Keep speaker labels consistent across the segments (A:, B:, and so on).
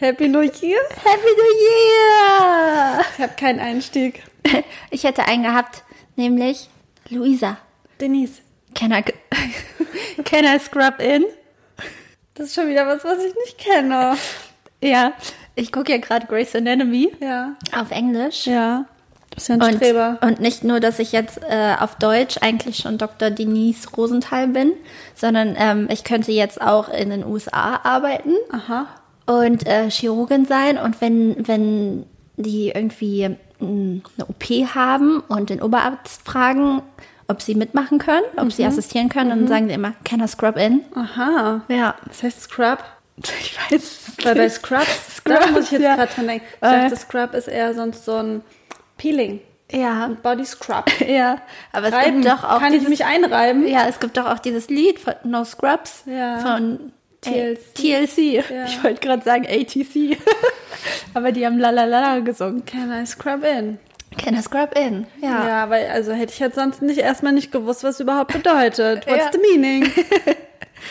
A: Happy New Year?
B: Happy New Year!
A: Ich habe keinen Einstieg.
B: Ich hätte einen gehabt, nämlich Luisa.
A: Denise,
B: Can I, can I scrub in?
A: das ist schon wieder was, was ich nicht kenne.
B: Ja, ich gucke ja gerade Grey's Anatomy
A: Ja.
B: auf Englisch.
A: Ja. Du bist ja ein
B: Und,
A: Streber.
B: und nicht nur, dass ich jetzt äh, auf Deutsch eigentlich schon Dr. Denise Rosenthal bin, sondern ähm, ich könnte jetzt auch in den USA arbeiten
A: Aha.
B: und äh, Chirurgin sein. Und wenn, wenn die irgendwie mh, eine OP haben und den Oberarzt fragen, ob sie mitmachen können, ob sie
A: Mhm.
B: assistieren können, dann sagen sie immer, can I scrub in?
A: Aha.
B: Ja.
A: Was heißt Scrub?
B: Ich weiß
A: Weil bei Scrubs, Scrub da muss ich jetzt
B: ja.
A: gerade dran denken. Ich
B: Äh.
A: dachte, Scrub ist eher sonst so ein Peeling.
B: Ja.
A: Ein Body Scrub.
B: Ja, aber es
A: Reiben.
B: gibt doch auch
A: Kann ich
B: dieses,
A: mich einreiben?
B: ja, es gibt doch auch dieses Lied von No Scrubs
A: Ja.
B: von äh,
A: TLC.
B: TLC.
A: Ja.
B: Ich wollte gerade sagen ATC. aber die haben la la la La gesungen.
A: Can I scrub in?
B: Can I scrub in?
A: Ja.
B: Ja.
A: weil also hätte ich jetzt sonst nicht erstmal nicht gewusst, was überhaupt bedeutet. What's
B: Ja.
A: the meaning?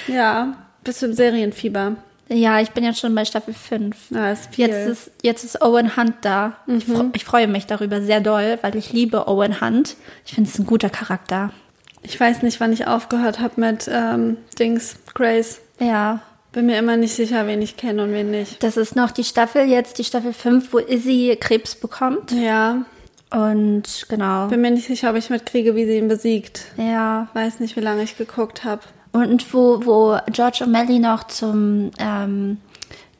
A: ja, bist du im Serienfieber.
B: Ja, ich bin jetzt schon bei Staffel 5.
A: Ja, ist viel.
B: Jetzt ist, jetzt ist Owen Hunt da. Ich, fre ich freue mich darüber sehr doll, weil ich liebe Owen Hunt. Ich finde es ein guter Charakter.
A: Ich weiß nicht, wann ich aufgehört habe mit ähm, Dings, Grace.
B: Ja.
A: Bin mir immer nicht sicher, wen ich kenne und wen nicht.
B: Das ist noch die Staffel jetzt, die Staffel 5, wo Izzy Krebs bekommt.
A: Ja,
B: Und genau.
A: bin mir nicht sicher, ob ich mitkriege, wie sie ihn besiegt.
B: Ja.
A: Weiß nicht, wie lange ich geguckt habe.
B: Und wo, wo George O'Malley noch zum, ähm,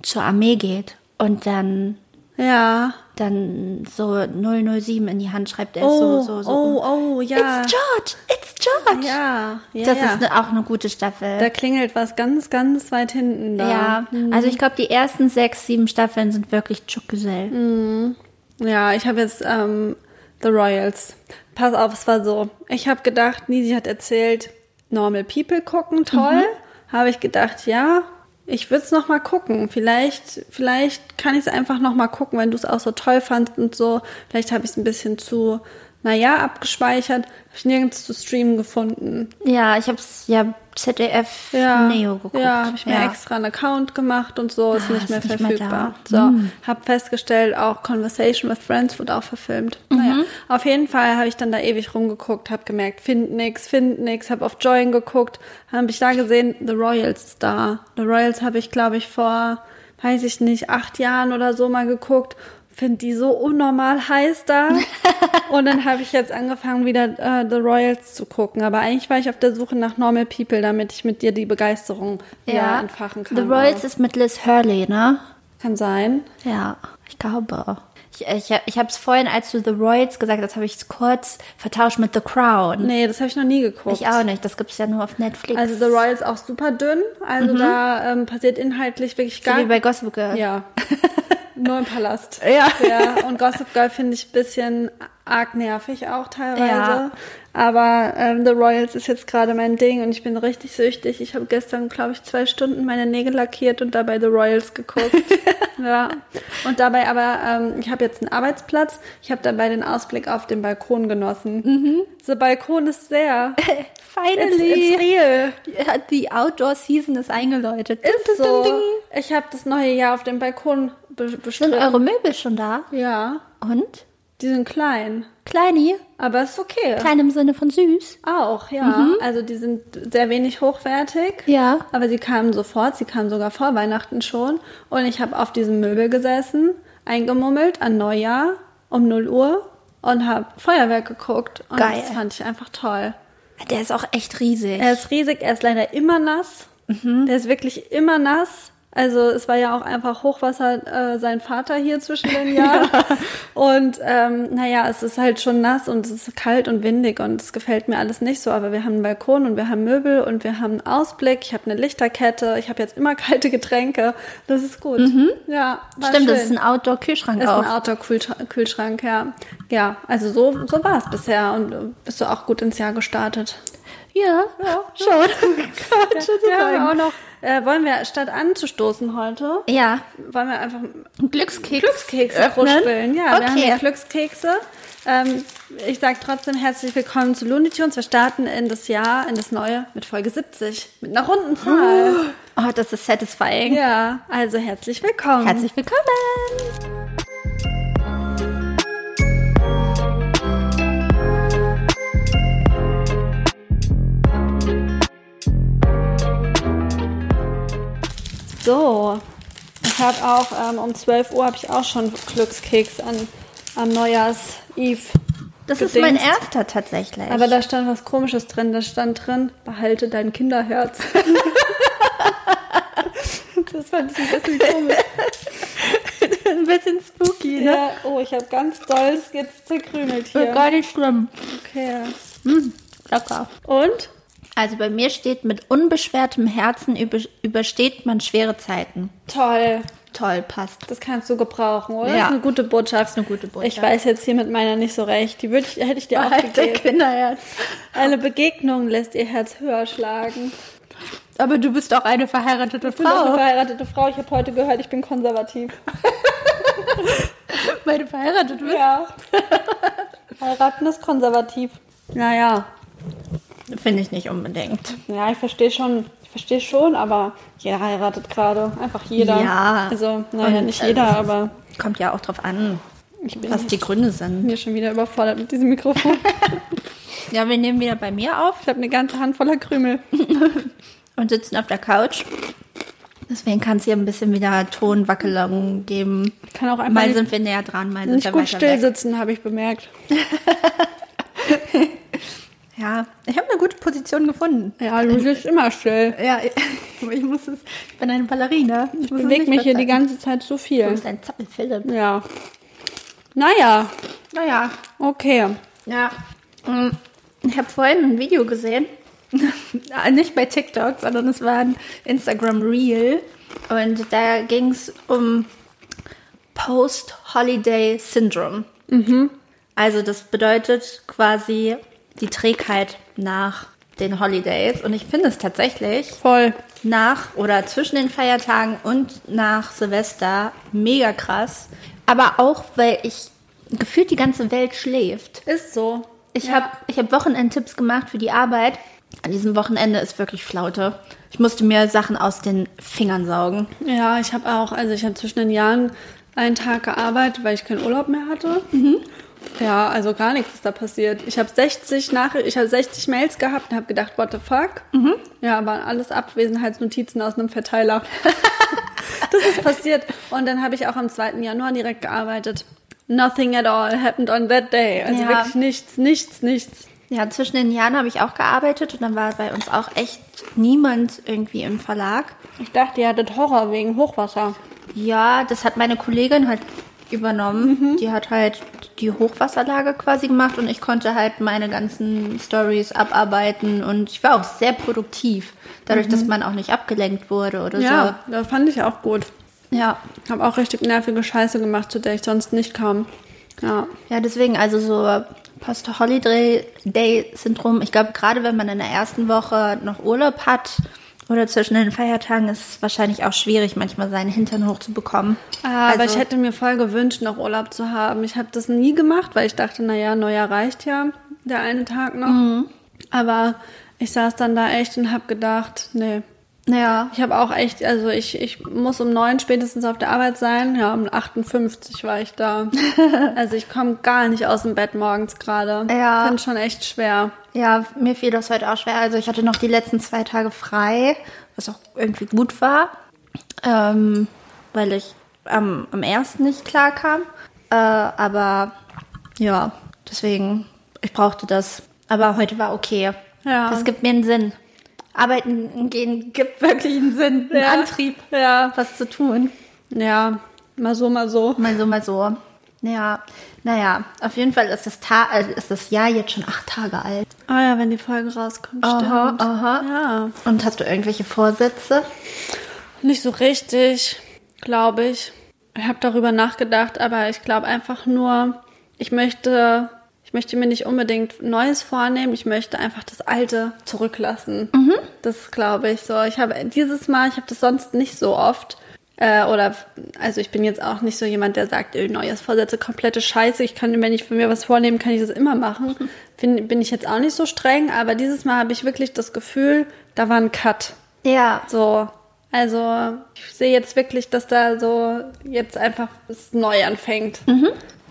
B: zur Armee geht und dann,
A: Ja.
B: dann so 007 in die Hand schreibt, er
A: Oh,
B: so, so, so.
A: oh, oh, ja.
B: It's George! It's George!
A: Ja, ja.
B: das
A: ja.
B: ist ne, auch eine gute Staffel.
A: da klingelt was ganz, ganz weit hinten da.
B: ja, also ich glaube, die ersten sechs, sieben Staffeln sind wirklich Chuckgesell.
A: Mhm. Ja, ich habe jetzt ähm, The Royals. Pass auf, es war so. Ich habe gedacht, Nisi hat erzählt, Normal People gucken, toll.
B: Mhm.
A: Habe ich gedacht, ja, ich würde es nochmal gucken. Vielleicht, vielleicht kann ich es einfach nochmal gucken, wenn du es auch so toll fandst und so. Vielleicht habe ich es ein bisschen zu, naja, abgespeichert. Habe ich nirgends zu streamen gefunden.
B: Ja, ich habe ja ZDF
A: Ja,
B: Neo geguckt.
A: ja, habe ich mir
B: Ja.
A: extra einen Account gemacht und so, ist
B: Ah,
A: nicht
B: ist
A: mehr
B: nicht mehr
A: verfügbar.
B: da. Hm.
A: So, habe festgestellt, auch Conversation with Friends wurde auch verfilmt.
B: Mhm.
A: Naja, auf jeden Fall habe ich dann da ewig rumgeguckt, habe gemerkt, find nix, find nix, habe auf Join geguckt, habe ich da gesehen, The Royals ist da. The Royals habe ich, glaube ich, vor, weiß ich nicht, acht Jahren oder so mal geguckt. Find die so unnormal heiß da. Und dann habe ich jetzt angefangen, wieder äh, The Royals zu gucken. Aber eigentlich war ich auf der Suche nach Normal People, damit ich mit dir die Begeisterung ja,
B: Ja.
A: entfachen kann.
B: The Royals ist mit Liz Hurley, ne?
A: Kann sein.
B: Ja, ich glaube. Ich, ich, ich habe es vorhin, als du The Royals gesagt hast, habe ich es kurz vertauscht mit The Crown.
A: Nee, das habe ich noch nie geguckt.
B: Ich auch nicht, das gibt's ja nur auf Netflix.
A: Also The Royals auch super dünn. Also
B: Mhm.
A: da ähm, passiert inhaltlich wirklich
B: so
A: gar
B: wie bei Gossip Girl.
A: Ja. Nur im Palast.
B: Ja.
A: ja. Und Gossip Girl finde ich ein bisschen arg nervig auch teilweise.
B: Ja.
A: Aber ähm, The Royals ist jetzt gerade mein Ding und ich bin richtig süchtig. Ich habe gestern, glaube ich, zwei Stunden meine Nägel lackiert und dabei The Royals geguckt. ja. Und dabei aber, ähm, ich habe jetzt einen Arbeitsplatz. Ich habe dabei den Ausblick auf den Balkon genossen. Mhm. Der Balkon ist sehr. It's, it's
B: Finally!
A: real.
B: Ja, die Outdoor Season ist eingeläutet.
A: Ist so. Ich habe das neue Jahr auf dem Balkon be
B: Sind
A: bestritten.
B: eure Möbel schon da?
A: Ja.
B: Und?
A: Die sind klein,
B: Kleini?
A: aber ist okay.
B: Klein im Sinne von süß.
A: Auch, ja. Also die sind sehr wenig hochwertig.
B: Ja.
A: Aber sie kamen sofort, sie kamen sogar vor Weihnachten schon. Und ich habe auf diesem Möbel gesessen, eingemummelt an Neujahr um 0 Uhr und habe Feuerwerk geguckt. Und
B: Geil.
A: das fand ich einfach toll.
B: Der ist auch echt riesig.
A: Er ist riesig, er ist leider immer nass.
B: Mhm.
A: Der ist wirklich immer nass. Also es war ja auch einfach Hochwasser äh, sein Vater hier zwischen den Jahren. Und ähm, naja, es ist halt schon nass und es ist kalt und windig und es gefällt mir alles nicht so. Aber wir haben einen Balkon und wir haben Möbel und wir haben einen Ausblick. Ich habe eine Lichterkette. Ich habe jetzt immer kalte Getränke. Das ist gut. Ja, war
B: Mhm. Stimmt,
A: schön.
B: das ist ein Outdoor-Kühlschrank
A: Ist
B: auch.
A: ein Outdoor-Kühlschrank, ja. Ja, also so, so war es bisher und äh, bist du auch gut ins Jahr gestartet.
B: ja, ja, schon. Kann schon so
A: Ja,
B: sagen.
A: wir auch noch. Äh, wollen wir statt anzustoßen heute,
B: ja,
A: wollen wir einfach
B: Glückskeks.
A: Glückskekse
B: öffnen?
A: kruspeln. Ja, wir haben
B: Okay.
A: hier Glückskekse. Ähm, ich sage trotzdem herzlich willkommen zu Looney Tunes. Wir starten in das Jahr, in das Neue mit Folge 70, mit einer runden Zahl.
B: Oh, das ist satisfying.
A: Ja, also herzlich willkommen.
B: Herzlich willkommen.
A: So, ich habe auch ähm, um 12 Uhr habe ich auch schon Glückskeks an, am Neujahrs-Eve.
B: Das ist mein
A: gedingst.
B: erster tatsächlich.
A: Aber da stand was Komisches drin. Da stand drin, behalte dein Kinderherz. das fand ich ein bisschen komisch.
B: ein bisschen spooky, ne?
A: Ja, oh, ich habe ganz doll jetzt zerkrümelt
B: Wird
A: hier.
B: Gar nicht schlimm.
A: Oh Okay.
B: Locker.
A: Und?
B: Also bei mir steht, mit unbeschwertem Herzen über, übersteht man schwere Zeiten.
A: Toll.
B: Toll, passt.
A: Das kannst du gebrauchen, oder?
B: Ja.
A: Das ist eine gute Botschaft.
B: Ist eine gute Botschaft.
A: Ich weiß jetzt hier mit meiner nicht so recht. Die würd ich, hätte ich dir auch gegeben.
B: Kinderherz.
A: Eine Begegnung lässt ihr Herz höher schlagen.
B: Aber du bist auch eine verheiratete
A: Ich bin auch eine verheiratete Frau. Ich habe heute gehört, ich bin konservativ.
B: Meine verheiratete
A: Ja. Heiraten ist konservativ. Naja.
B: Finde ich nicht unbedingt.
A: Ja, ich verstehe schon. Ich verstehe schon, aber jeder heiratet gerade. Einfach jeder.
B: Ja.
A: Also, naja,
B: Und,
A: nicht
B: äh,
A: jeder, aber
B: Kommt ja auch drauf an,
A: ich bin
B: was die Gründe sind.
A: mir schon wieder überfordert mit diesem Mikrofon.
B: Ja, wir nehmen wieder bei mir auf
A: Ich habe eine ganze Hand voller Krümel.
B: und sitzen auf der Couch. Deswegen kann es hier ein bisschen wieder Tonwackelung geben.
A: Kann auch einfach
B: Mal
A: nicht-
B: sind wir näher dran, mal sind
A: Nicht
B: wir
A: gut
B: weiter
A: still
B: weg.
A: sitzen, habe ich bemerkt.
B: Ja, ich habe eine gute Position gefunden.
A: Ja, du sitzt immer still.
B: Ja, ich muss es. Ich bin eine Ballerina. Ich, muss es
A: Bewegt
B: nicht
A: mich hier die
B: verzeihen.
A: ganze Zeit so
B: Du
A: viel.
B: bist ein Zappelfilm.
A: Ja. Naja,
B: Naja.
A: okay.
B: Ja. Mm, Ich habe vorhin ein Video gesehen. Äh, Nicht bei TikTok, sondern es war ein Instagram Reel. Und da ging es um Post-Holiday Syndrome. Also das bedeutet quasi die Trägheit nach den Holidays. Und ich finde es tatsächlich
A: Voll.
B: nach oder zwischen den Feiertagen und nach Silvester mega krass. Aber auch, weil ich gefühlt die ganze Welt schläft.
A: Ist so.
B: Ich habe ich hab Wochenendtipps gemacht für die Arbeit. An diesem Wochenende ist wirklich Flaute. Ich musste mir Sachen aus den Fingern saugen.
A: Ja, ich habe auch, also ich habe zwischen den Jahren einen Tag gearbeitet, weil ich keinen Urlaub mehr hatte. Ja, also gar nichts ist da passiert. Ich habe 60 nach, ich habe 60 Mails gehabt und habe gedacht, what the fuck? Ja, waren alles Abwesenheitsnotizen aus einem Verteiler. das ist passiert. Und dann habe ich auch am 2. Januar direkt gearbeitet. Nothing at all happened on that day. Also
B: Ja.
A: wirklich nichts, nichts, nichts.
B: Ja, zwischen den Jahren habe ich auch gearbeitet und dann war bei uns auch echt niemand irgendwie im Verlag.
A: Ich dachte, ihr hattet Horror wegen Hochwasser.
B: Ja, das hat meine Kollegin halt übernommen. Die hat halt die Hochwasserlage quasi gemacht und ich konnte halt meine ganzen Stories abarbeiten und ich war auch sehr produktiv, dadurch, dass man auch nicht abgelenkt wurde oder
A: Ja, das fand ich auch gut.
B: so. Ja.
A: Habe auch richtig nervige Scheiße gemacht, zu der ich sonst nicht kam. Ja.
B: Ja, deswegen also so Post-Holiday-Syndrom. Ich glaube, gerade wenn man in der ersten Woche noch Urlaub hat oder zwischen den Feiertagen, ist es wahrscheinlich auch schwierig, manchmal seinen Hintern hochzubekommen.
A: Ah, aber
B: Also-
A: ich hätte mir voll gewünscht, noch Urlaub zu haben. Ich habe das nie gemacht, weil ich dachte, naja, Neujahr reicht ja, der eine Tag noch. Aber ich saß dann da echt und habe gedacht, nee.
B: Ja.
A: Ich habe auch echt, also ich, ich muss um neun spätestens auf der Arbeit sein. Ja, um 58 war ich da. also ich komme gar nicht aus dem Bett morgens gerade.
B: Ja.
A: Finde schon echt schwer.
B: Ja, mir fiel das heute auch schwer. Also ich hatte noch die letzten zwei Tage frei, was auch irgendwie gut war, ähm, weil ich am, am ersten nicht klar kam. Äh, aber ja, deswegen, ich brauchte das. Aber heute war okay.
A: Ja.
B: Das gibt mir einen Sinn. Arbeiten gehen gibt wirklich einen Sinn, einen
A: Ja.
B: Antrieb,
A: Ja.
B: was zu tun.
A: Ja, mal so, mal so.
B: Mal so, mal so. Ja, naja, auf jeden Fall ist das, Ta äh, ist das Jahr jetzt schon acht Tage alt.
A: Ah ja, wenn die Folge rauskommt,
B: Aha,
A: stimmt.
B: aha.
A: Ja.
B: Und hast du irgendwelche Vorsätze?
A: Nicht so richtig, glaube ich. Ich habe darüber nachgedacht, aber ich glaube einfach nur, ich möchte, ich möchte mir nicht unbedingt Neues vornehmen. Ich möchte einfach das Alte zurücklassen. Das glaube ich so. Ich habe dieses Mal, ich habe das sonst nicht so oft. Äh, oder, also ich bin jetzt auch nicht so jemand, der sagt, öh, neues Vorsätze, komplette Scheiße. Ich kann, wenn ich von mir was vornehme, kann ich das immer machen. Bin, bin ich jetzt auch nicht so streng, aber dieses Mal habe ich wirklich das Gefühl, da war ein Cut.
B: Ja,
A: So, Also ich sehe jetzt wirklich, dass da so jetzt einfach es neu anfängt.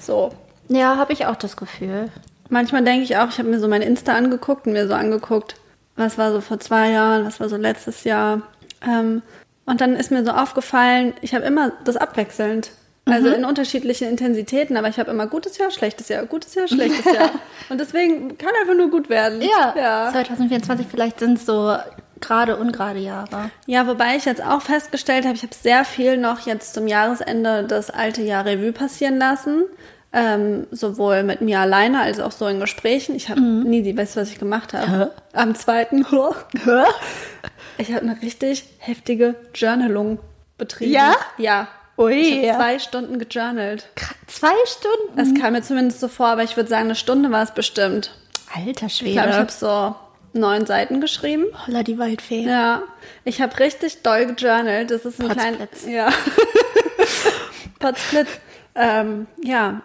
A: So.
B: Ja, habe ich auch das Gefühl.
A: Manchmal denke ich auch, ich habe mir so mein Insta angeguckt und mir so angeguckt, was war so vor zwei Jahren, was war so letztes Jahr. Ähm, und dann ist mir so aufgefallen, ich habe immer das abwechselnd. Also in unterschiedlichen Intensitäten, aber ich habe immer gutes Jahr, schlechtes Jahr, gutes Jahr, schlechtes Jahr. Und deswegen kann einfach nur gut werden. ja.
B: 2024 vielleicht sind es so gerade, ungerade Jahre.
A: Ja, wobei ich jetzt auch festgestellt habe, ich habe sehr viel noch jetzt zum Jahresende das alte Jahr Revue passieren lassen. Ähm, sowohl mit mir alleine als auch so in Gesprächen. Ich habe
B: Mhm.
A: nie die weißt du, was ich gemacht habe. Am zweiten. ich habe eine richtig heftige Journalung betrieben.
B: Ja?
A: Ja.
B: Ui.
A: Ich habe zwei Stunden gejournalt.
B: Zwei Stunden?
A: Das kam mir zumindest so vor, aber ich würde sagen, eine Stunde war es bestimmt.
B: Alter
A: Ich glaube, ich
B: Schwede.
A: habe so neun Seiten geschrieben.
B: Holla die Waldfee.
A: Ja, ich habe richtig doll gejournalt. Das ist ein
B: Potzblitz.
A: kleiner. Ja. Potzblitz. Ähm, ja.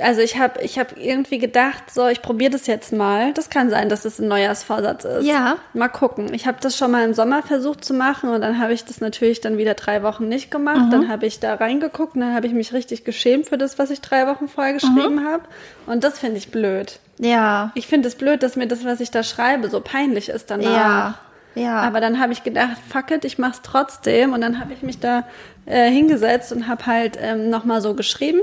A: Also ich habe ich hab irgendwie gedacht, so, ich probiere das jetzt mal. Das kann sein, dass es ein Neujahrsvorsatz ist.
B: Ja.
A: Mal gucken. Ich habe das schon mal im Sommer versucht zu machen und dann habe ich das natürlich dann wieder drei Wochen nicht
B: Mhm.
A: gemacht. Dann habe ich da reingeguckt und dann habe ich mich richtig geschämt für das, was ich drei Wochen vorher
B: Mhm.
A: geschrieben habe. Und das finde ich blöd.
B: Ja.
A: Ich finde es blöd, dass mir das, was ich da schreibe, so peinlich ist danach.
B: Ja. Ja.
A: Aber dann habe ich gedacht, fuck it, ich mach's trotzdem. Und dann habe ich mich da äh, hingesetzt und habe halt ähm, nochmal so geschrieben.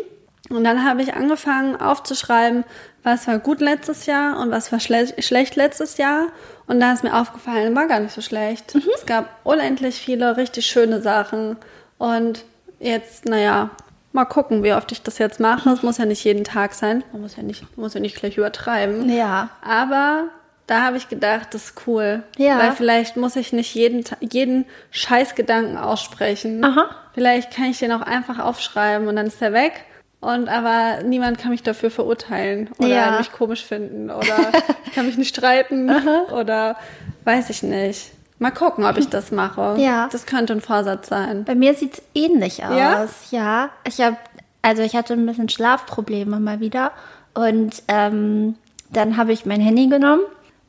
A: Und dann habe ich angefangen aufzuschreiben, was war gut letztes Jahr und was war schle schlecht letztes Jahr. Und da ist mir aufgefallen, war gar nicht so schlecht.
B: Mhm.
A: Es gab unendlich viele richtig schöne Sachen. Und jetzt, naja, mal gucken, wie oft ich das jetzt mache. Es muss ja nicht jeden Tag sein. Man muss ja nicht, man muss ja nicht gleich übertreiben.
B: Ja.
A: Aber da habe ich gedacht, das ist cool.
B: Ja.
A: Weil vielleicht muss ich nicht jeden, Ta- jeden Scheißgedanken aussprechen.
B: Aha.
A: Vielleicht kann ich den auch einfach aufschreiben und dann ist er weg. Und aber niemand kann mich dafür verurteilen oder
B: Ja.
A: mich komisch finden oder ich kann mich nicht streiten oder weiß ich nicht. Mal gucken, ob ich das mache.
B: Ja.
A: Das könnte ein Vorsatz sein.
B: Bei mir sieht's ähnlich aus.
A: Ja?
B: Ja. Ich habe, also ich hatte ein bisschen Schlafprobleme mal wieder. Und ähm, dann habe ich mein Handy genommen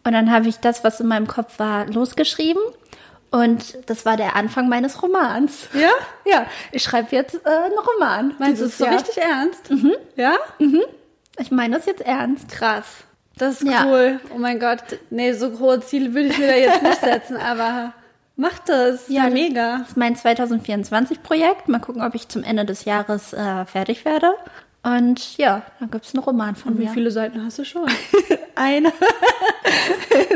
B: und dann habe ich das, was in meinem Kopf war, losgeschrieben. Und das war der Anfang meines Romans.
A: Ja?
B: Ja, ich schreibe jetzt äh, einen Roman.
A: Meinst du
B: dieses
A: es so
B: Jahr.
A: richtig ernst? Mhm. Ja?
B: Ich meine das jetzt ernst.
A: Krass. Das ist
B: Ja.
A: cool. Oh mein Gott. Nee, so hohe Ziele würde ich mir da jetzt nicht setzen, aber mach das. Ja, mega.
B: Das ist mein 2024-Projekt. Mal gucken, ob ich zum Ende des Jahres äh, fertig werde. Und ja, dann gibt's einen Roman von mir.
A: viele Seiten hast du schon?
B: eine,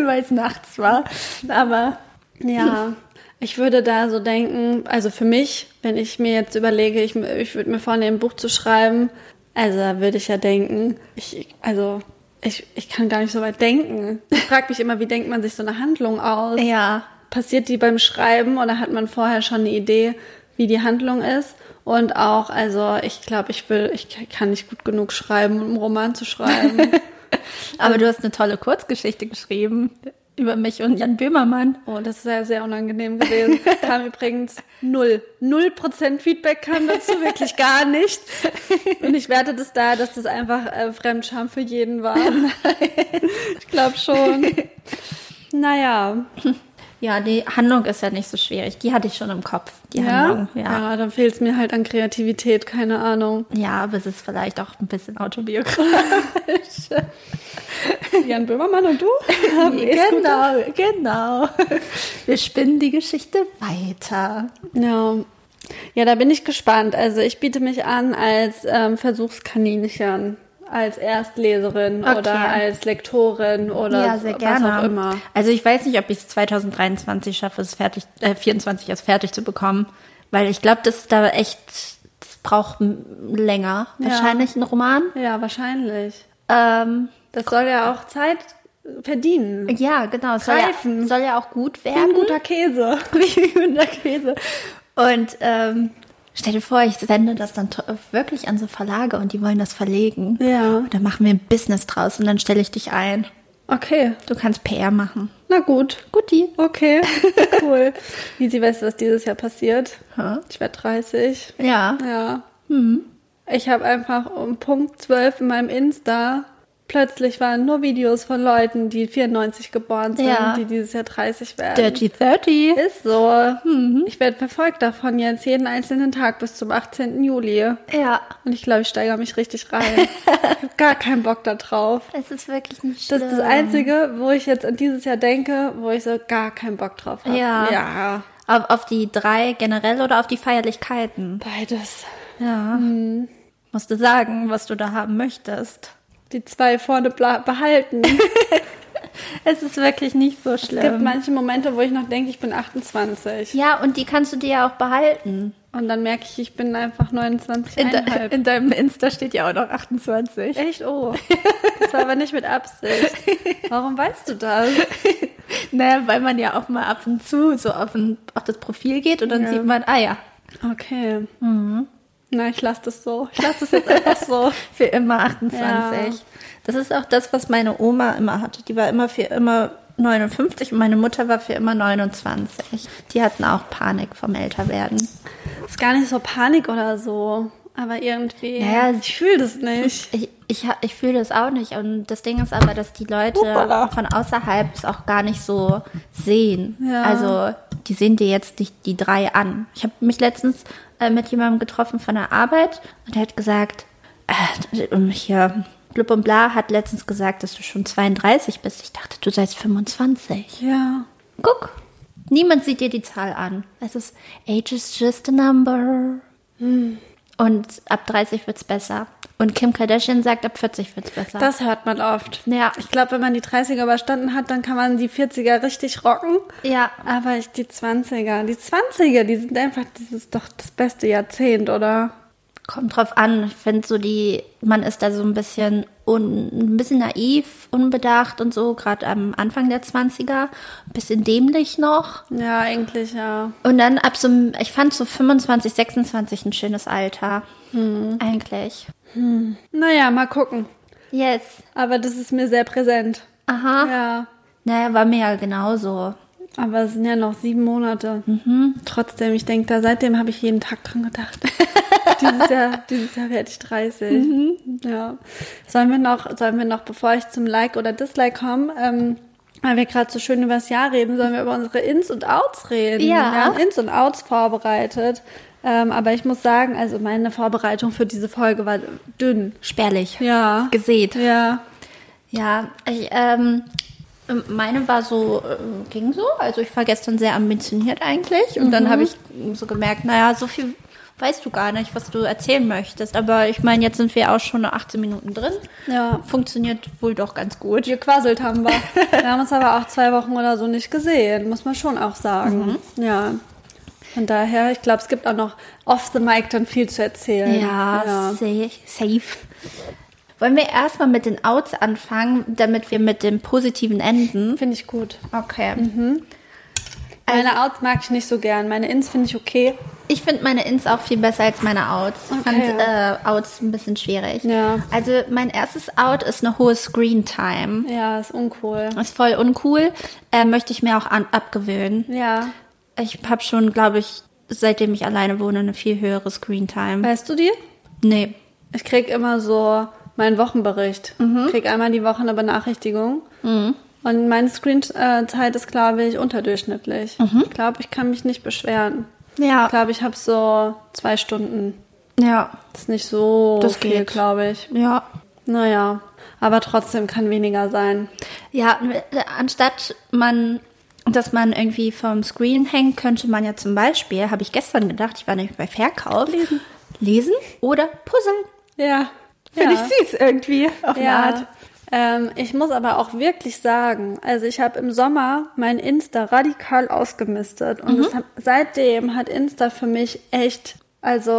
B: weil es nachts war. Aber
A: Ja. Ich würde da so denken, also für mich, wenn ich mir jetzt überlege, ich, ich würde mir vornehmen, ein Buch zu schreiben, also da würde ich ja denken, ich, also ich, ich kann gar nicht so weit denken. Ich frage mich immer, wie denkt man sich so eine Handlung aus?
B: ja,
A: passiert die beim Schreiben oder hat man vorher schon eine Idee, wie die Handlung ist? Und auch, also ich glaube, ich will, ich kann nicht gut genug schreiben, um einen Roman zu schreiben.
B: aber du hast eine tolle Kurzgeschichte geschrieben über mich und Jan Böhmermann.
A: oh, das ist ja sehr unangenehm gewesen. Kam übrigens null. Null Prozent Feedback kam dazu, wirklich gar nichts. Und ich werte das da, dass das einfach äh, Fremdscham für jeden war. Ich glaube schon. Naja.
B: Ja, die Handlung ist ja nicht so schwierig. Die hatte ich schon im Kopf, die
A: Ja,
B: Handlung.
A: ja.
B: Ja.
A: dann fehlt es mir halt an Kreativität, keine Ahnung.
B: ja, aber es ist vielleicht auch ein bisschen autobiografisch.
A: Jan Böhmermann und du?
B: genau, genau. Wir spinnen die Geschichte weiter.
A: Ja. ja, da bin ich gespannt. Also ich biete mich an als ähm, Versuchskaninchen, als Erstleserin
B: Okay.
A: oder als Lektorin oder
B: ja, sehr gerne.
A: was auch immer.
B: Also ich weiß nicht, ob ich es 2023 schaffe, es fertig, äh, 24 erst fertig zu bekommen, weil ich glaube, das ist da echt, das braucht m- länger.
A: Ja.
B: Wahrscheinlich ein Roman.
A: Ja, wahrscheinlich.
B: Ähm,
A: Das soll ja auch Zeit verdienen.
B: ja, genau. Es soll
A: Reifen.
B: ja, soll ja auch gut
A: Wie ein
B: werden.
A: guter Käse.
B: Wie ein guter Käse. Und ähm, stell dir vor, ich sende das dann to- wirklich an so Verlage und die wollen das verlegen.
A: Ja.
B: Und dann machen wir ein Business draus und dann stelle ich dich ein.
A: Okay,
B: Du kannst PR machen.
A: na gut.
B: Guti.
A: Okay, cool. Lisi, weißt du, was dieses Jahr passiert?
B: Hä?
A: Ich werde 30.
B: Ja. Hm.
A: Ja. Ich habe einfach um Punkt 12 in meinem Insta Plötzlich waren nur Videos von Leuten, die 94 geboren sind,
B: Ja.
A: die dieses Jahr 30 werden.
B: Dirty 30.
A: Ist so.
B: Mhm.
A: Ich werde verfolgt davon jetzt jeden einzelnen Tag bis zum 18. Juli.
B: Ja,
A: Und ich glaube, ich steigere mich richtig rein. ich habe gar keinen Bock da drauf.
B: es ist wirklich nicht
A: Das
B: schlimm.
A: ist das Einzige, wo ich jetzt an dieses Jahr denke, wo ich so gar keinen Bock drauf habe.
B: Ja.
A: ja.
B: Auf, auf die drei generell oder auf die Feierlichkeiten?
A: Beides.
B: Ja. Musst du sagen, was du da haben möchtest.
A: Die zwei vorne bla- behalten. Es
B: Es ist wirklich nicht so schlimm.
A: gibt manche Momente, wo ich noch denke, ich bin 28.
B: ja, und die kannst du dir ja auch behalten.
A: Und dann merke ich, ich bin einfach 29. eineinhalb.
B: deinem Insta steht ja auch noch 28.
A: Echt? Oh. Das war aber nicht mit Absicht. Warum weißt du das?
B: Naja, weil man ja auch mal ab und zu so auf, ein, auf das Profil geht und dann
A: Ja.
B: sieht man, ah ja,
A: Okay.
B: Mhm.
A: Na, ich lasse das so. Ich lasse das jetzt einfach so.
B: für immer 28.
A: Ja.
B: Das ist auch das, was meine Oma immer hatte. Die war immer für immer 59 und meine Mutter war für immer 29. Die hatten auch Panik vom Älterwerden.
A: Ist gar nicht so Panik oder so. Aber irgendwie.
B: Naja,
A: ich fühle das nicht.
B: Ich, ich, ha- ich fühle das auch nicht. Und das Ding ist aber, dass die Leute
A: Hoppala.
B: von außerhalb es auch gar nicht so sehen.
A: Ja.
B: Also die sehen dir jetzt nicht die drei an. Ich habe mich letztens äh, mit jemandem getroffen von der Arbeit und der hat gesagt, äh, und hier, blub und bla, hat letztens gesagt, dass du schon 32 bist. Ich dachte, du seist 25.
A: Ja.
B: Guck, niemand sieht dir die Zahl an. Es ist, age is just a number.
A: Hm.
B: Und ab 30 wird's besser. Und Kim Kardashian sagt, ab 40 wird's besser.
A: Das hört man oft.
B: Ja.
A: Ich glaube, wenn man die 30er überstanden hat, dann kann man die 40er richtig rocken.
B: ja.
A: Aber ich, die 20er, die 20er, die sind einfach, das ist doch das beste Jahrzehnt, oder?
B: Kommt drauf an. Ich finde so die, man ist da so ein bisschen un, ein bisschen naiv, unbedacht und so, gerade am Anfang der 20er, ein bisschen dämlich noch.
A: Ja, eigentlich ja.
B: Und dann ab so, einem- ich fand so 25, 26 ein schönes Alter.
A: Hm.
B: Eigentlich.
A: Naja, mal gucken.
B: Yes.
A: Aber das ist mir sehr präsent.
B: Aha.
A: Ja.
B: Naja, war mir ja genauso.
A: Aber es sind ja noch sieben Monate. Trotzdem, ich denke, da seitdem habe ich jeden Tag dran gedacht. dieses Jahr, dieses Jahr werde ich 30. Ja. Sollen wir noch, sollen wir noch, bevor ich zum Like oder Dislike komme, ähm, weil wir gerade so schön über das Jahr reden, sollen wir über unsere Ins und Outs reden.
B: Ja.
A: Wir haben Ins und Outs vorbereitet. Ähm, aber ich muss sagen, also meine Vorbereitung für diese Folge war dünn.
B: Spärlich.
A: Ja.
B: Gesät.
A: Ja.
B: Ja, ich, ähm, meine war so, äh, ging so. Also ich war gestern sehr ambitioniert eigentlich. Und dann habe ich so gemerkt, naja, so viel weißt du gar nicht, was du erzählen möchtest. Aber ich meine, jetzt sind wir auch schon 18 Minuten drin.
A: Ja.
B: Funktioniert wohl doch ganz gut.
A: Gequasselt haben wir. Wir haben uns aber auch zwei Wochen oder so nicht gesehen, muss man schon auch sagen. Ja. Von daher, ich glaube, es gibt auch noch off the mic dann viel zu erzählen.
B: Ja, sa- safe. Wollen wir erstmal mit den Outs anfangen, damit wir mit dem Positiven enden?
A: Finde ich gut.
B: Okay.
A: Meine Outs mag ich nicht so gern. Meine Ins finde ich okay.
B: Ich finde meine Ins auch viel besser als meine Outs. Ich fand
A: Okay.
B: äh, Outs ein bisschen schwierig.
A: Ja.
B: Also mein erstes Out ist eine hohe Screen-Time.
A: Ja, ist uncool.
B: Ist voll uncool. Äh, möchte ich mir auch an abgewöhnen.
A: Ja.
B: Ich habe schon, glaube ich, seitdem ich alleine wohne, eine viel höhere Screen-Time.
A: Weißt du die?
B: Nee.
A: Ich krieg immer so meinen Wochenbericht. Krieg einmal die Woche eine Benachrichtigung. Mhm. Und meine Screenzeit ist, glaube ich, unterdurchschnittlich. Ich glaube, ich kann mich nicht beschweren.
B: Ja.
A: Ich glaube, ich habe so zwei Stunden.
B: Ja.
A: Das ist nicht so
B: Das
A: viel,
B: geht.
A: glaube ich.
B: Ja.
A: Naja, aber trotzdem kann weniger sein.
B: Ja, anstatt man, dass man irgendwie vom Screen hängt, könnte man ja zum Beispiel, habe ich gestern gedacht, ich war nämlich bei Verkauf,
A: Lesen.
B: lesen oder puzzeln.
A: Ja.
B: Finde ich süß irgendwie auf eine Art.
A: Ja. Ähm, ich muss aber auch wirklich sagen, also ich habe im Sommer mein Insta radikal ausgemistet
B: Mhm.
A: und es hat, seitdem hat Insta für mich echt, also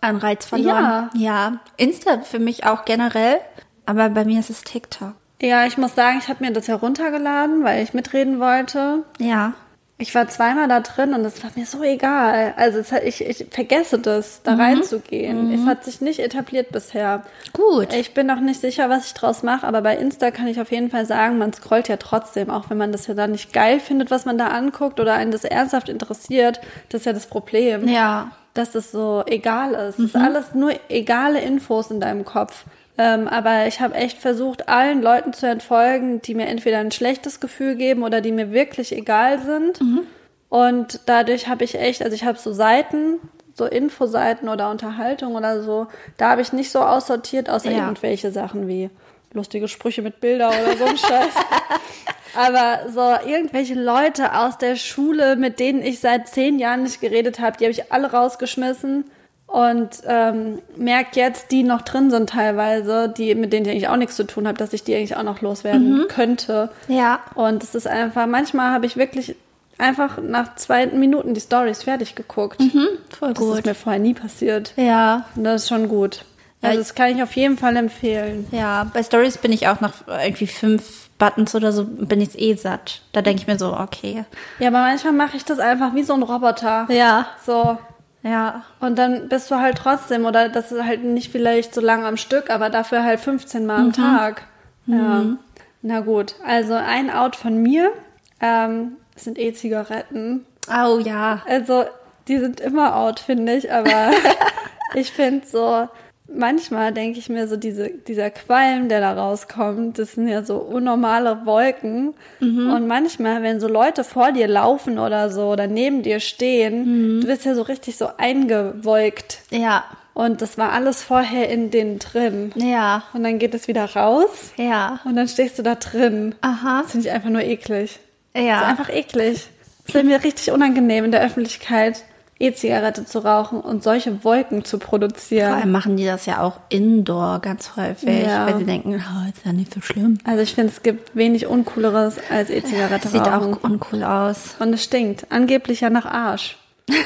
B: an Reiz verloren. Ja. ja. Insta für mich auch generell, aber bei mir ist es TikTok.
A: ja, ich muss sagen, ich habe mir das heruntergeladen, weil ich mitreden wollte.
B: Ja.
A: Ich war zweimal da drin und es war mir so egal. Also es hat, ich, ich vergesse das,
B: Mhm.
A: da reinzugehen. Es hat sich nicht etabliert bisher.
B: Gut.
A: Ich bin noch nicht sicher, was ich draus mache, aber bei Insta kann ich auf jeden Fall sagen, man scrollt ja trotzdem, auch wenn man das ja dann nicht geil findet, was man da anguckt oder einen das ernsthaft interessiert. Das ist ja das Problem,
B: Ja.
A: dass es so egal ist. Es ist alles nur egale Infos in deinem Kopf. Ähm, aber ich habe echt versucht, allen Leuten zu entfolgen, die mir entweder ein schlechtes Gefühl geben oder die mir wirklich egal sind. Und dadurch habe ich echt, also ich habe so Seiten, so Infoseiten oder Unterhaltung oder so, da habe ich nicht so aussortiert, außer
B: Ja.
A: irgendwelche Sachen wie lustige Sprüche mit Bilder oder so ein Scheiß. Aber so irgendwelche Leute aus der Schule, mit denen ich seit zehn Jahren nicht geredet habe, die habe ich alle rausgeschmissen und ähm, merke jetzt, die noch drin sind teilweise, die mit denen ich eigentlich auch nichts zu tun habe, dass ich die eigentlich auch noch loswerden
B: Mhm.
A: könnte.
B: Ja.
A: Und es ist einfach, manchmal habe ich wirklich einfach nach zwei Minuten die Stories fertig geguckt.
B: Mhm. Hm? Voll
A: Das ist mir vorher nie passiert.
B: Ja,
A: Und das ist schon gut.
B: Ja,
A: Also
B: ich-
A: das kann ich auf jeden Fall empfehlen.
B: ja. Bei Stories bin ich auch nach irgendwie fünf Buttons oder so, bin ich eh satt. Da denke ich mir so, okay.
A: Ja, aber manchmal mache ich das einfach wie so ein Roboter.
B: Ja.
A: So,
B: Ja.
A: Und dann bist du halt trotzdem, oder das ist halt nicht vielleicht so lange am Stück, aber dafür halt 15 Mal am Tag. Ja. Na gut, also ein Out von mir ähm, sind E-Zigaretten.
B: Oh ja.
A: Also die sind immer out, finde ich, aber ich finde so, manchmal denke ich mir so, diese, dieser Qualm, der da rauskommt, das sind ja so unnormale Wolken. Und manchmal, wenn so Leute vor dir laufen oder so oder neben dir stehen, du bist ja so richtig so eingewolkt.
B: Ja.
A: Und das war alles vorher in denen drin.
B: Ja.
A: Und dann geht es wieder raus
B: Ja.
A: und dann stehst du da drin.
B: Aha.
A: Das finde ich einfach nur eklig. Das ist
B: Ja.
A: einfach eklig. Es ist mir richtig unangenehm, in der Öffentlichkeit E-Zigarette zu rauchen und solche Wolken zu
B: Vor
A: produzieren.
B: allem machen die das ja auch indoor ganz häufig,
A: Ja.
B: weil sie denken, oh, ist ja nicht so schlimm.
A: Also ich finde, es gibt wenig Uncooleres als
B: Das
A: E-Zigarette
B: sieht
A: rauchen.
B: auch uncool aus.
A: Und es stinkt. Angeblich ja nach Arsch. ich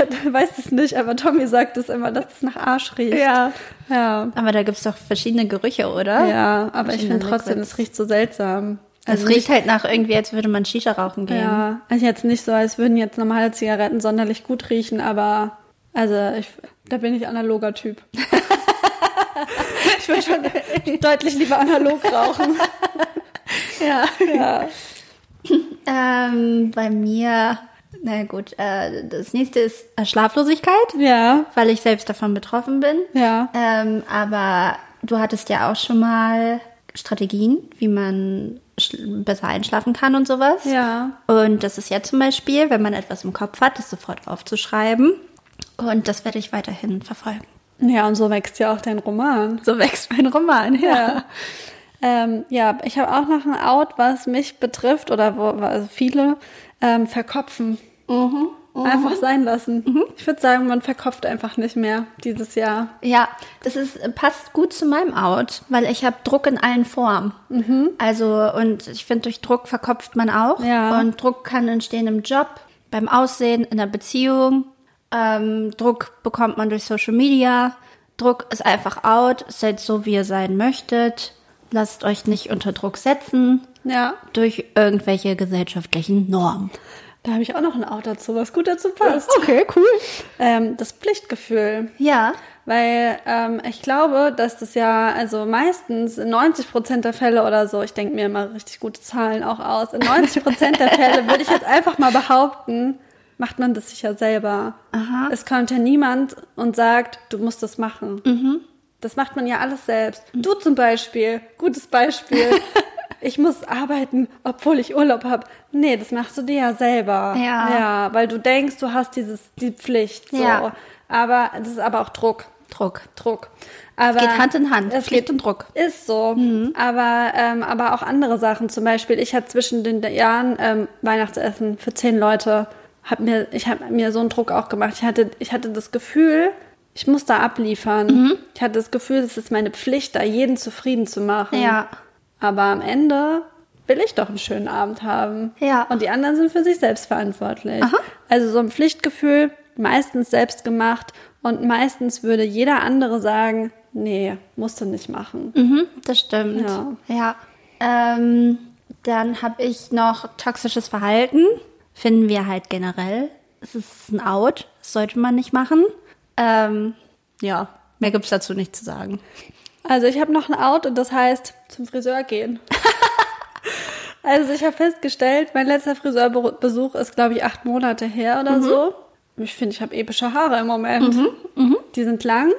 A: hab- weiß es nicht, aber Tommy sagt es immer, dass es nach Arsch riecht.
B: Ja.
A: Ja,
B: Aber da gibt es doch verschiedene Gerüche, oder?
A: ja aber ich
B: Verschiedene
A: finde trotzdem,
B: Liquids.
A: es riecht so seltsam. Also
B: Es riecht halt nach irgendwie, als würde man Shisha rauchen gehen.
A: Ja, also jetzt nicht so, als würden jetzt normale Zigaretten sonderlich gut riechen, aber also ich, da bin ich analoger Typ. ich will schon deutlich lieber analog rauchen.
B: ja.
A: Ja.
B: Ähm, bei mir, na gut, äh, das nächste ist äh, Schlaflosigkeit,
A: Ja.
B: weil ich selbst davon betroffen bin.
A: Ja.
B: Ähm, aber du hattest ja auch schon mal Strategien, wie man schl- besser einschlafen kann und sowas.
A: Ja.
B: Und das ist ja zum Beispiel, wenn man etwas im Kopf hat, das sofort aufzuschreiben. Und das werde ich weiterhin verfolgen.
A: Ja, und so wächst ja auch dein Roman.
B: So wächst mein Roman,
A: Ja. Ähm, ja, ich habe auch noch ein Out, was mich betrifft oder wo, also viele ähm, verkopfen. Mhm, Einfach sein lassen. Ich würde sagen, man verkopft einfach nicht mehr dieses Jahr.
B: Ja, das ist, äh, passt gut zu meinem Out, weil ich habe Druck in allen Formen. Also, und ich finde, durch Druck verkopft man auch.
A: Ja.
B: Und Druck kann entstehen im Job, beim Aussehen, in der Beziehung. Ähm, Druck bekommt man durch Social Media. Druck ist einfach out. Seid so, wie ihr sein möchtet. Lasst euch nicht unter Druck setzen
A: Ja.
B: durch irgendwelche gesellschaftlichen Normen.
A: Da habe ich auch noch ein Out dazu, was gut dazu passt.
B: Okay, cool.
A: Ähm, das Pflichtgefühl.
B: Ja.
A: Weil ähm, ich glaube, dass das ja, also meistens in 90 Prozent der Fälle oder so, ich denke mir immer richtig gute Zahlen auch aus, in 90 Prozent der Fälle würde ich jetzt einfach mal behaupten, macht man das sicher selber.
B: Aha.
A: Es kommt ja niemand und sagt, du musst das machen.
B: Mhm.
A: Das macht man ja alles selbst. Du zum Beispiel, gutes Beispiel. Ich muss arbeiten, obwohl ich Urlaub habe. Nee, das machst du dir ja selber.
B: Ja.
A: ja weil du denkst, du hast dieses, die Pflicht. So.
B: Ja.
A: Aber das ist aber auch Druck.
B: Druck.
A: Druck. Aber
B: geht Hand in Hand,
A: Es
B: Pflicht
A: geht,
B: und Druck. Mhm.
A: Ist so. Aber, ähm, aber auch andere Sachen. Zum Beispiel, ich hatte zwischen den Jahren ähm, Weihnachtsessen für zehn Leute. Hab mir, ich habe mir so einen Druck auch gemacht. Ich hatte, ich hatte das Gefühl, ich muss da abliefern.
B: Mhm.
A: Ich hatte das Gefühl, es ist meine Pflicht, da jeden zufrieden zu machen.
B: Ja.
A: Aber am Ende will ich doch einen schönen Abend haben.
B: Ja.
A: Und die anderen sind für sich selbst verantwortlich. Also so ein Pflichtgefühl, meistens selbst gemacht und meistens würde jeder andere sagen, nee, musst du nicht machen.
B: Mhm, das stimmt.
A: Ja.
B: ja. Ähm, dann habe ich noch toxisches Verhalten. Finden wir halt generell. Es ist ein Out. Das sollte man nicht machen. Ähm, ja, mehr gibt es dazu nicht zu sagen.
A: Also ich habe noch ein Out und das heißt zum Friseur gehen. also ich habe festgestellt, mein letzter Friseurbesuch ist, glaube ich, acht Monate her oder so. Ich finde, ich habe epische Haare im Moment. Die sind lang,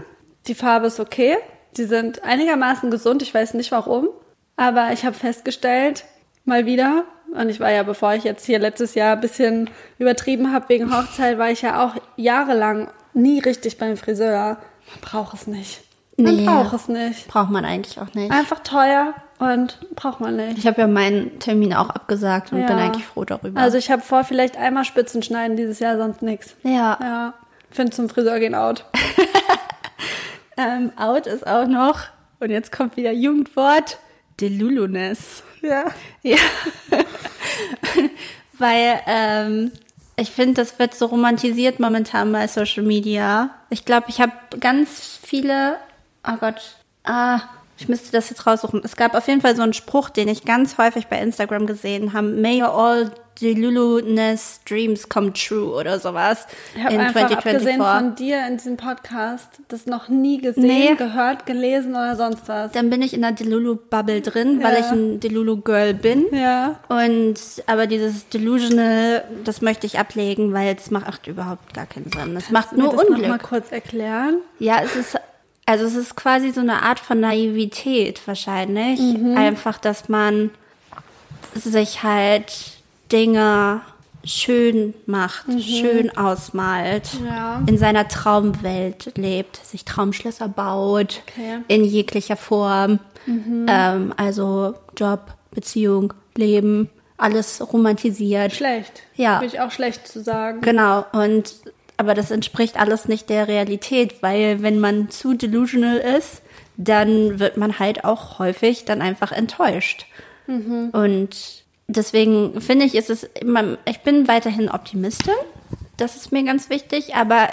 A: die Farbe ist okay. Die sind einigermaßen gesund, ich weiß nicht warum, aber ich habe festgestellt, mal wieder, und ich war ja, bevor ich jetzt hier letztes Jahr ein bisschen übertrieben habe wegen Hochzeit, war ich ja auch jahrelang nie richtig beim Friseur. Man braucht es nicht. Man
B: Nee.
A: braucht es nicht.
B: Braucht man eigentlich auch nicht.
A: Einfach teuer und braucht man nicht.
B: Ich habe ja meinen Termin auch abgesagt und
A: Ja.
B: bin eigentlich froh darüber.
A: Also ich habe vor, vielleicht einmal Spitzen schneiden dieses Jahr, sonst nix.
B: ja.
A: Ja, find zum Friseur gehen out.
B: Ähm, out ist auch noch, und jetzt kommt wieder Jugendwort, Delulunes.
A: Ja.
B: Ja. Weil ähm, ich finde, das wird so romantisiert momentan bei Social Media. Ich glaube, ich habe ganz viele. Oh Gott. Ah, ich müsste das jetzt raussuchen. Es gab auf jeden Fall so einen Spruch, den ich ganz häufig bei Instagram gesehen habe. May your all Delulunes dreams come true oder sowas.
A: Ich habe einfach abgesehen von dir in diesem Podcast das noch nie gesehen,
B: Nee.
A: gehört, gelesen oder sonst was.
B: Dann bin ich in der Delulu-Bubble drin, weil
A: Ja.
B: ich ein Delulu-Girl bin.
A: Ja.
B: Und aber dieses Delusional, das möchte ich ablegen, weil es macht überhaupt gar keinen Sinn. Es macht nur
A: Mir das noch mal
B: Unglück.
A: kurz erklären.
B: Ja, es ist also es ist quasi so eine Art von Naivität wahrscheinlich,
A: Mhm.
B: einfach, dass man sich halt Dinge schön macht, schön ausmalt,
A: Mhm. Ja.
B: in seiner Traumwelt lebt, sich Traumschlösser baut,
A: Okay. Mhm.
B: in jeglicher Form, ähm, also Job, Beziehung, Leben, alles romantisiert.
A: Schlecht.
B: Ja.
A: Würde ich auch schlecht zu sagen.
B: Genau, und aber das entspricht alles nicht der Realität, weil wenn man zu delusional ist, dann wird man halt auch häufig dann einfach enttäuscht. Und deswegen finde ich, ist es, man- ich bin weiterhin Optimistin, das ist mir ganz wichtig, aber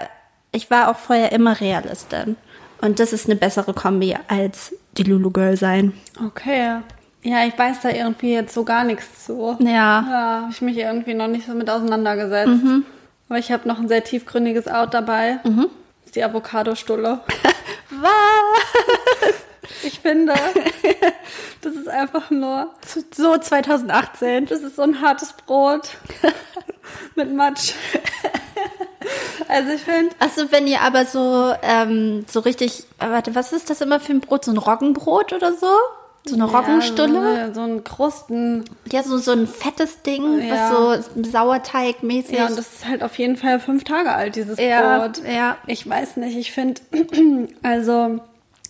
B: ich war auch vorher immer Realistin. Und das ist eine bessere Kombi als die Lulu Girl sein.
A: Okay. Ja, ich weiß da irgendwie jetzt so gar nichts zu.
B: Ja.
A: Ja, hab ich mich irgendwie noch nicht so mit auseinandergesetzt.
B: Mhm.
A: Aber ich habe noch ein sehr tiefgründiges Out dabei. Das ist die Avocado-Stulle.
B: Was?
A: Ich finde, das ist einfach nur,
B: So 2018.
A: das ist so ein hartes Brot mit Matsch. Also ich finde,
B: Also wenn ihr aber so ähm, so richtig, äh, warte, was ist das immer für ein Brot? So ein Roggenbrot oder so? So eine Roggenstulle?
A: Ja, so, eine- so ein Krusten.
B: Ja, so, so ein fettes Ding,
A: Ja.
B: was so Sauerteigmäßig.
A: Ja, und das ist halt auf jeden Fall fünf Tage alt, dieses
B: Ja,
A: Brot.
B: ja.
A: Ich weiß nicht, ich finde, also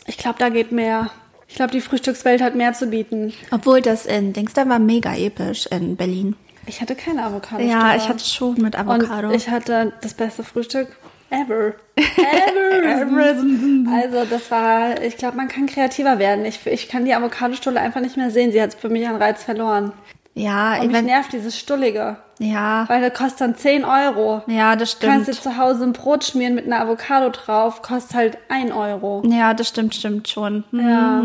A: ich glaube, da geht mehr. Ich glaube, die Frühstückswelt hat mehr zu bieten.
B: Obwohl das in Dingster war mega episch in Berlin.
A: Ich hatte keine Avocado.
B: Ja, ich hatte schon mit Avocado.
A: Und ich hatte das beste Frühstück ever. Ever. also das war, ich glaube, man kann kreativer werden. Ich, ich kann die Avocadostulle einfach nicht mehr sehen. Sie hat für mich an Reiz verloren.
B: ja,
A: Und mich
B: wenn,
A: nervt dieses Stullige.
B: ja,
A: Weil das kostet dann 10 Euro.
B: ja, das
A: Kannst du
B: stimmt.
A: zu Hause ein Brot schmieren mit einer Avocado drauf, kostet halt 1 Euro.
B: Ja, das stimmt, stimmt schon. Hm.
A: Ja.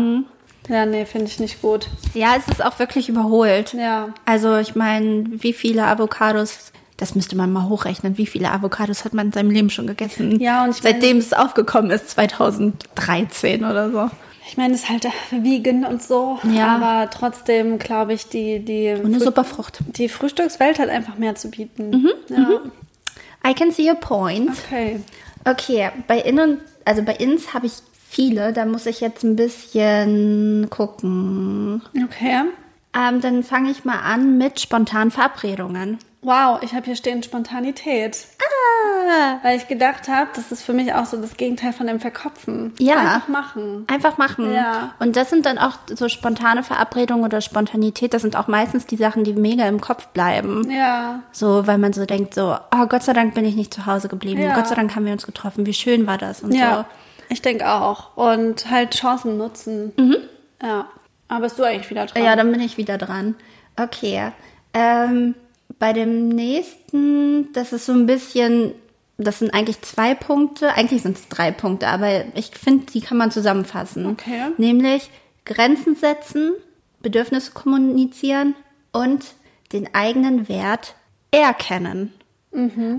A: Ja, nee, finde ich nicht gut.
B: Ja, es ist auch wirklich überholt.
A: Ja.
B: Also ich meine, wie viele Avocados, das müsste man mal hochrechnen, wie viele Avocados hat man in seinem Leben schon gegessen?
A: Ja, und ich meine-
B: seitdem es aufgekommen ist, 2013 oder so.
A: Ich meine, es ist halt vegan und so.
B: Ja.
A: Aber trotzdem glaube ich, die, die,
B: Und eine Mhm.
A: Früh-
B: super Frucht.
A: die Frühstückswelt hat einfach mehr zu bieten. ja.
B: I can see your point.
A: Okay.
B: Okay, bei In und, also bei Ins habe ich viele, da muss ich jetzt ein bisschen gucken.
A: Okay.
B: Ähm, dann fange ich mal an mit spontanen Verabredungen.
A: Wow, ich habe hier stehen Spontanität.
B: Ah,
A: Weil ich gedacht habe, das ist für mich auch so das Gegenteil von dem Verkopfen.
B: Ja.
A: Einfach machen.
B: Einfach machen.
A: Ja.
B: Und das sind dann auch so spontane Verabredungen oder Spontanität. Das sind auch meistens die Sachen, die mega im Kopf bleiben.
A: Ja.
B: So, weil man so denkt, so, oh, Gott sei Dank bin ich nicht zu Hause geblieben.
A: Ja.
B: Gott sei Dank haben wir uns getroffen. Wie schön war das und
A: Ja. Ich denke auch. Und halt Chancen nutzen. Mhm. Ja. Aber bist du eigentlich wieder
B: so.
A: dran?
B: Ja, dann bin ich wieder dran. Okay. Ähm, bei dem nächsten, das ist so ein bisschen, das sind eigentlich zwei Punkte. Eigentlich sind es drei Punkte, aber ich finde, die kann man zusammenfassen.
A: Okay.
B: Nämlich Grenzen setzen, Bedürfnisse kommunizieren und den eigenen Wert erkennen.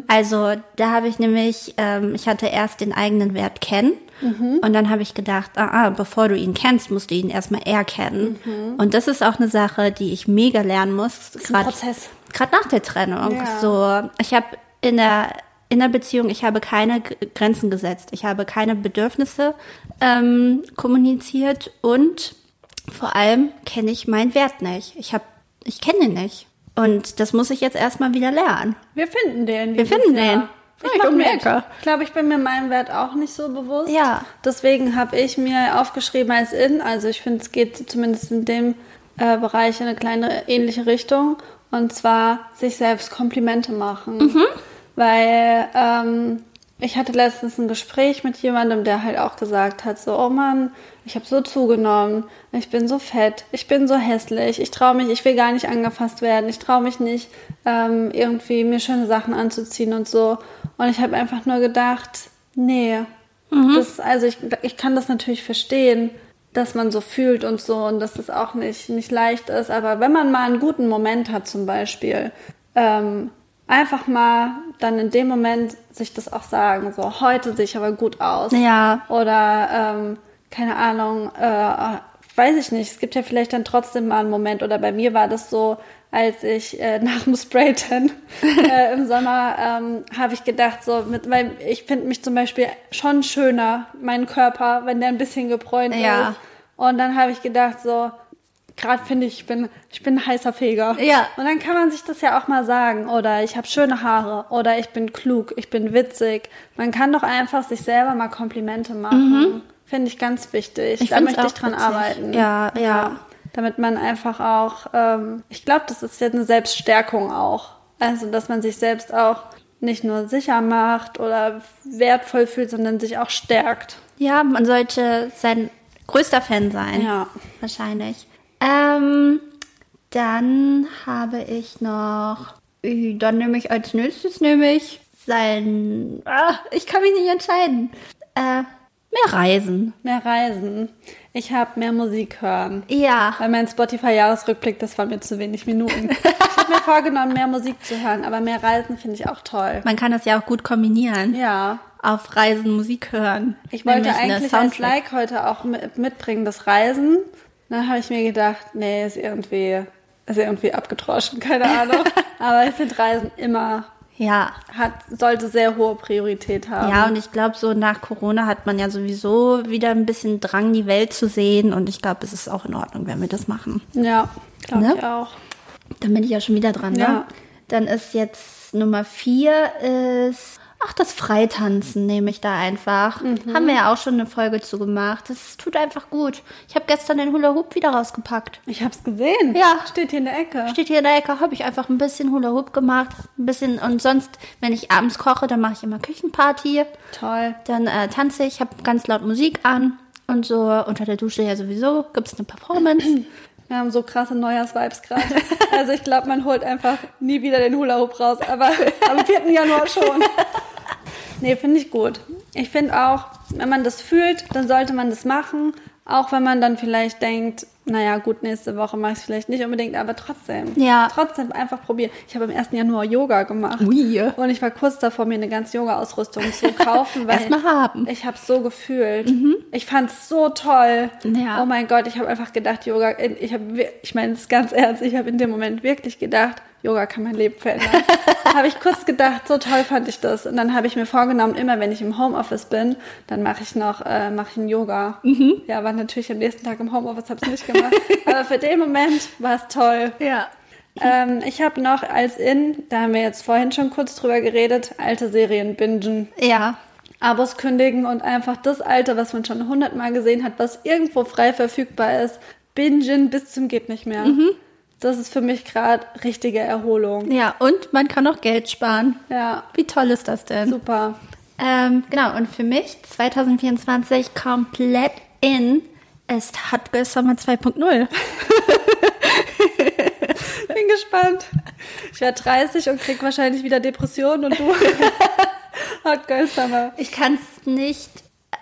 B: Also da habe ich nämlich, ähm, ich hatte erst den eigenen Wert kennen
A: Mhm.
B: und dann habe ich gedacht, ah, ah, bevor du ihn kennst, musst du ihn erstmal erkennen. Und das ist auch eine Sache, die ich mega lernen muss.
A: Mhm. ein
B: grad-
A: Prozess.
B: gerade nach der Trennung.
A: Ja.
B: So, ich habe in der in der Beziehung, ich habe keine G- Grenzen gesetzt, ich habe keine Bedürfnisse ähm, kommuniziert und vor allem kenne ich meinen Wert nicht. Ich habe, ich kenne ihn nicht. Und das muss ich jetzt erstmal wieder lernen.
A: Wir finden den.
B: Wir
A: dieses
B: finden
A: Jahr.
B: den. Vielleicht
A: Ich
B: um
A: um
B: die
A: mit.
B: Ecke.
A: Ich glaube, ich bin mir meinem Wert auch nicht so bewusst.
B: Ja.
A: Deswegen habe ich mir aufgeschrieben als in. Also ich finde, es geht zumindest in dem äh, Bereich in eine kleine ähnliche Richtung. Und zwar sich selbst Komplimente machen.
B: Mhm.
A: Weil ähm, ich hatte letztens ein Gespräch mit jemandem, der halt auch gesagt hat, so, oh Mann, ich habe so zugenommen, ich bin so fett, ich bin so hässlich, ich traue mich, ich will gar nicht angefasst werden, ich traue mich nicht, ähm, irgendwie mir schöne Sachen anzuziehen und so. Und ich habe einfach nur gedacht, nee, das, also ich, ich kann das natürlich verstehen, dass man so fühlt und so und dass es auch nicht, nicht leicht ist. Aber wenn man mal einen guten Moment hat zum Beispiel, ähm, einfach mal dann in dem Moment sich das auch sagen, so heute sehe ich aber gut aus.
B: Ja.
A: Oder ähm, keine Ahnung, äh, weiß ich nicht. Es gibt ja vielleicht dann trotzdem mal einen Moment. Oder bei mir war das so, als ich äh, nach dem Spraytan äh, im Sommer ähm, habe ich gedacht, so, mit, weil ich finde mich zum Beispiel schon schöner, meinen Körper, wenn der ein bisschen gebräunt
B: Ja.
A: ist. Und dann habe ich gedacht, so, gerade finde ich, ich bin, ich bin ein heißer Feger.
B: Ja.
A: Und dann kann man sich das ja auch mal sagen. Oder ich habe schöne Haare. Oder ich bin klug. Ich bin witzig. Man kann doch einfach sich selber mal Komplimente machen. Finde ich ganz wichtig. da
B: Mhm.
A: möchte
B: find's
A: ich
B: auch
A: dran
B: witzig.
A: arbeiten.
B: Ja, ja.
A: Damit man einfach auch, ähm, ich glaube, das ist jetzt eine Selbststärkung auch. Also, dass man sich selbst auch nicht nur sicher macht oder wertvoll fühlt, sondern sich auch stärkt.
B: Ja, man sollte sein größter Fan sein.
A: Ja.
B: Wahrscheinlich. Ähm, dann habe ich noch. Ü, Dann nehme ich als nächstes nehme ich sein. Ah, ich kann mich nicht entscheiden. Äh, mehr Reisen.
A: Mehr reisen. Ich habe mehr Musik hören.
B: Ja.
A: Weil mein Spotify-Jahresrückblick, das waren mir zu wenig Minuten. Ich habe mir vorgenommen, mehr Musik zu hören, aber mehr Reisen finde ich auch toll.
B: Man kann das ja auch gut kombinieren.
A: Ja.
B: Auf Reisen Musik hören.
A: Ich wollte
B: Nämlich eine
A: eigentlich als
B: Soundtrack.
A: Like heute auch mi- mitbringen, das Reisen. Dann habe ich mir gedacht, nee, ist irgendwie, ist irgendwie abgedroschen, keine Ahnung. aber ich finde Reisen immer,
B: Ja.
A: hat, sollte sehr hohe Priorität haben.
B: Ja, und ich glaube, so nach Corona hat man ja sowieso wieder ein bisschen Drang, die Welt zu sehen. Und ich glaube, es ist auch in Ordnung, wenn wir das machen.
A: Ja, glaube
B: Ne?
A: ich auch.
B: Dann bin ich ja schon wieder dran, ne?
A: Ja.
B: Dann ist jetzt Nummer vier ist. Ach, das Freitanzen nehme ich da einfach. Haben wir ja auch schon eine Folge zu gemacht. Das tut einfach gut. Ich habe gestern den Hula Hoop wieder rausgepackt.
A: Ich habe es gesehen.
B: Ja.
A: Steht hier in der Ecke.
B: Steht hier in der Ecke, habe ich einfach ein bisschen Hula Hoop gemacht. Ein bisschen. Und sonst, wenn ich abends koche, dann mache ich immer Küchenparty.
A: Toll.
B: Dann äh, tanze ich, habe ganz laut Musik an. Und so unter der Dusche ja sowieso gibt es eine Performance.
A: Wir haben so krasse Neujahrs-Vibes gerade. Also ich glaube, man holt einfach nie wieder den Hula-Hoop raus, aber am 4. Januar schon. Nee, finde ich gut. Ich finde auch, wenn man das fühlt, dann sollte man das machen. Auch wenn man dann vielleicht denkt, naja, gut, nächste Woche mache ich es vielleicht nicht unbedingt, aber trotzdem.
B: Ja.
A: Trotzdem einfach probieren. Ich habe am 1. Januar Yoga gemacht.
B: Ui.
A: Und ich war kurz davor, mir eine ganze Yoga-Ausrüstung zu kaufen. weil
B: Erstmal haben.
A: Ich habe so gefühlt. Ich fand es so toll.
B: Ja.
A: Oh mein Gott, ich habe einfach gedacht, Yoga, ich habe, wir- ich meine es ganz ernst, ich habe in dem Moment wirklich gedacht, Yoga kann mein Leben verändern. habe ich kurz gedacht, so toll fand ich das. Und dann habe ich mir vorgenommen, immer wenn ich im Homeoffice bin, dann mache ich noch, äh, mache ich einen Yoga. Ja, war natürlich am nächsten Tag im Homeoffice, habe es nicht gemacht. Aber für den Moment war es toll.
B: Ja.
A: Ähm, ich habe noch als In, da haben wir jetzt vorhin schon kurz drüber geredet, alte Serien bingen.
B: Ja.
A: Abos kündigen und einfach das Alte, was man schon hundertmal gesehen hat, was irgendwo frei verfügbar ist, bingen bis zum geht nicht mehr.
B: Mhm.
A: Das ist für mich gerade richtige Erholung.
B: Ja, und man kann auch Geld sparen.
A: Ja,
B: Wie toll ist das denn?
A: super.
B: Ähm, genau, und für mich 2024 komplett in ist Hot Girl Summer 2.0.
A: Bin gespannt. Ich werde 30 und krieg wahrscheinlich wieder Depressionen und du. Hot Girl Summer.
B: Ich kann es nicht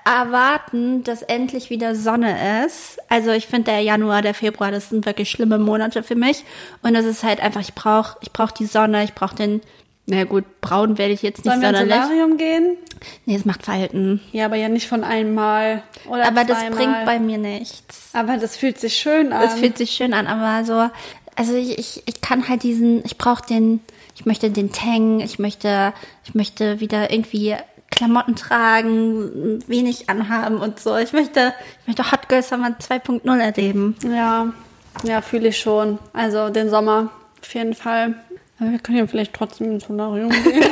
B: erwarten, dass endlich wieder Sonne ist. Also ich finde der Januar, der Februar, das sind wirklich schlimme Monate für mich. Und das ist halt einfach, ich brauche ich brauch die Sonne, ich brauche den, na gut, braun werde ich jetzt nicht
A: Sollen wir ins
B: sonderlich.
A: Solarium gehen?
B: Nee, es macht Falten.
A: Ja, aber ja nicht von einmal oder
B: Aber das
A: zweimal.
B: bringt bei mir nichts.
A: Aber das fühlt sich schön an.
B: Ähm, Es fühlt sich schön an, aber so, also ich, ich, ich kann halt diesen, ich brauche den, ich möchte den Tang, ich möchte, ich möchte wieder irgendwie Klamotten tragen, wenig anhaben und so. Ich möchte, ich möchte Hot Girl Summer 2.0 erleben.
A: Ja, ja, fühle ich schon. Also den Sommer auf jeden Fall. Aber wir können ja vielleicht trotzdem ins Solarium gehen.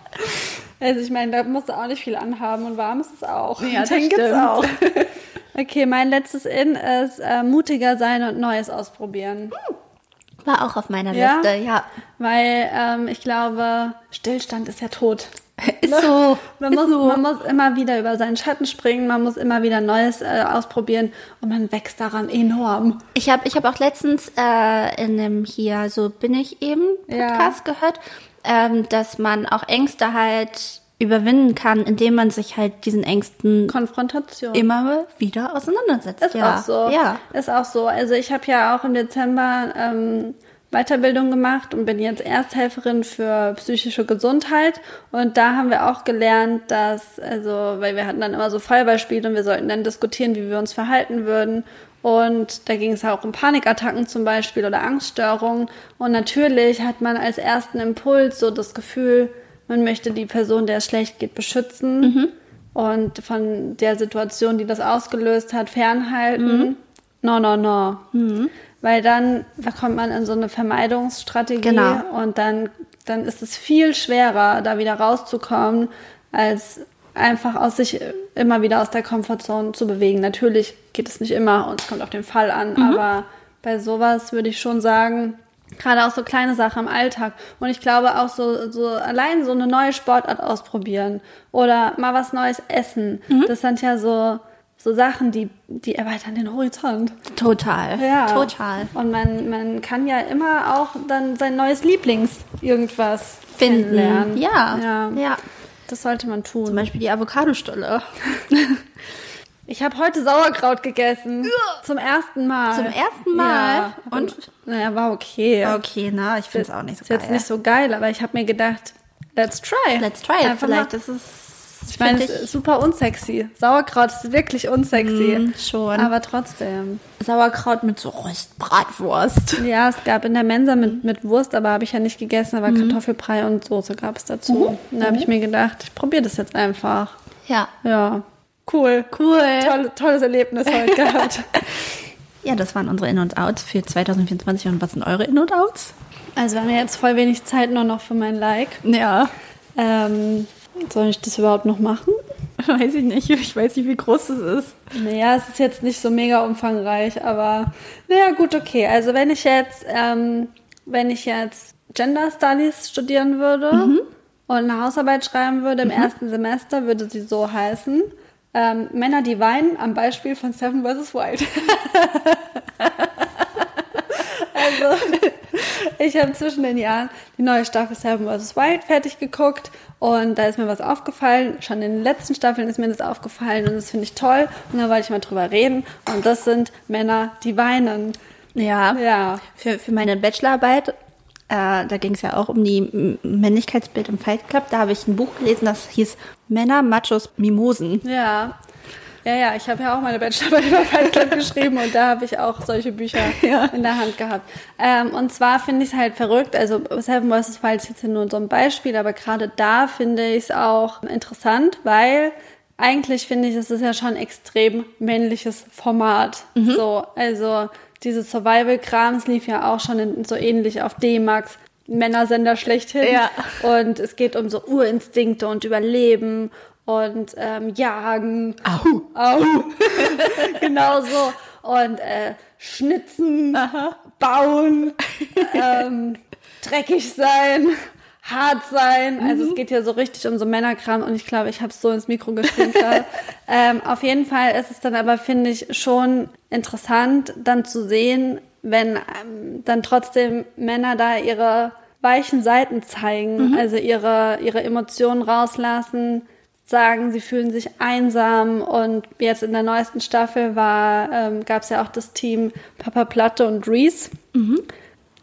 A: also ich meine, da musst du auch nicht viel anhaben und warm ist es auch.
B: Ja, das
A: Dann
B: stimmt.
A: okay, mein letztes In ist äh, mutiger sein und Neues ausprobieren.
B: War auch auf meiner
A: Ja?
B: Liste, ja.
A: Weil ähm, ich glaube, Stillstand ist ja tot.
B: Ist so.
A: Man
B: ist
A: muss,
B: so.
A: man muss immer wieder über seinen Schatten springen, man muss immer wieder Neues äh, ausprobieren und man wächst daran enorm.
B: Ich habe ich hab auch letztens äh, in einem hier So bin ich eben
A: Ja.
B: Podcast gehört, ähm, dass man auch Ängste halt überwinden kann, indem man sich halt diesen Ängsten
A: Konfrontation.
B: immer wieder auseinandersetzt.
A: Ist
B: ja.
A: auch so.
B: Ja.
A: Ist auch so. Also ich habe ja auch im Dezember ähm, Weiterbildung gemacht und bin jetzt Ersthelferin für psychische Gesundheit. Und da haben wir auch gelernt, dass, also, weil wir hatten dann immer so Fallbeispiele und wir sollten dann diskutieren, wie wir uns verhalten würden. Und da ging es auch um Panikattacken zum Beispiel oder Angststörungen. Und natürlich hat man als ersten Impuls so das Gefühl, man möchte die Person, der es schlecht geht, beschützen und von der Situation, die das ausgelöst hat, fernhalten. No, no, no. Weil dann da kommt man in so eine Vermeidungsstrategie
B: Genau.
A: und dann, dann ist es viel schwerer, da wieder rauszukommen, als einfach aus sich immer wieder aus der Komfortzone zu bewegen. Natürlich geht es nicht immer und es kommt auf den Fall an, aber bei sowas würde ich schon sagen, gerade auch so kleine Sachen im Alltag. Und ich glaube auch so, so allein so eine neue Sportart ausprobieren oder mal was Neues essen. Das sind ja so, so Sachen, die, die erweitern den Horizont.
B: Total.
A: Ja.
B: Total.
A: Und man, man kann ja immer auch dann sein neues Lieblings irgendwas
B: Finden.
A: kennenlernen.
B: Ja.
A: ja.
B: ja.
A: Das sollte man
B: Zum
A: tun.
B: Beispiel die Avocadostolle.
A: Ich habe heute Sauerkraut gegessen. Zum ersten Mal.
B: Zum ersten Mal?
A: Ja. Und
B: Und-
A: naja, war okay.
B: Okay, na, ich finde es auch nicht so
A: Ist jetzt nicht so geil, aber ich habe mir gedacht, let's try.
B: Let's try it.
A: Einfach mal-
B: Vielleicht ist es.
A: Ich meine,
B: find
A: es ist super unsexy. Sauerkraut ist wirklich unsexy.
B: Mm, schon.
A: Aber trotzdem.
B: Sauerkraut mit so Röstbratwurst.
A: Ja, es gab in der Mensa mit, mit Wurst, aber habe ich ja nicht gegessen, aber Kartoffelbrei und Soße gab es dazu. Und Da habe ich mir gedacht, ich probiere das jetzt einfach.
B: Ja.
A: Ja. Cool.
B: Cool.
A: Toll, tolles Erlebnis heute gehabt.
B: Ja, das waren unsere In- und Outs für 2024. Und was sind eure In- und Outs?
A: Also wir haben ja jetzt voll wenig Zeit nur noch für mein Like.
B: Ja.
A: Ähm, soll ich das überhaupt noch machen?
B: Weiß ich nicht. Ich weiß nicht, wie groß es ist.
A: Naja, es ist jetzt nicht so mega umfangreich, aber naja, gut, okay. Also wenn ich jetzt, ähm, wenn ich jetzt Gender Studies studieren würde und eine Hausarbeit schreiben würde im ersten Semester, würde sie so heißen. Ähm, Männer, die weinen, am Beispiel von Seven vs. Wild. also, ich habe zwischen den Jahren die neue Staffel Seven vs. Wild fertig geguckt und da ist mir was aufgefallen. Schon in den letzten Staffeln ist mir das aufgefallen und das finde ich toll. Und da wollte ich mal drüber reden. Und das sind Männer, die weinen.
B: Ja.
A: Ja.
B: Für, für meine Bachelorarbeit, äh, da ging es ja auch um die M- Männlichkeitsbild im Fight Club. Da habe ich ein Buch gelesen, das hieß Männer, Machos, Mimosen.
A: Ja. Ja, ja, ich habe ja auch meine Bachelorarbeit über Fight Club geschrieben und da habe ich auch solche Bücher in der Hand gehabt. Ähm, und zwar finde ich es halt verrückt, also Seven vs. Wild ist jetzt hier nur so ein Beispiel, aber gerade da finde ich es auch interessant, weil eigentlich finde ich, es ist ja schon ein extrem männliches Format. So, also dieses Survival-Krams lief ja auch schon in, so ähnlich auf D-Max. Männersender schlechthin.
B: Ja.
A: Und es geht um so Urinstinkte und Überleben und ähm, Jagen.
B: Au.
A: Au. genau so. Und äh, schnitzen, bauen, ähm, dreckig sein, hart sein. Also es geht ja so richtig um so Männerkram und ich glaube, ich habe es so ins Mikro geschrieben. ähm, auf jeden Fall ist es dann aber, finde ich, schon interessant, dann zu sehen, wenn ähm, dann trotzdem Männer da ihre weichen Seiten zeigen, also ihre, ihre Emotionen rauslassen, sagen, sie fühlen sich einsam und jetzt in der neuesten Staffel war, ähm, gab es ja auch das Team Papa Platte und Reese.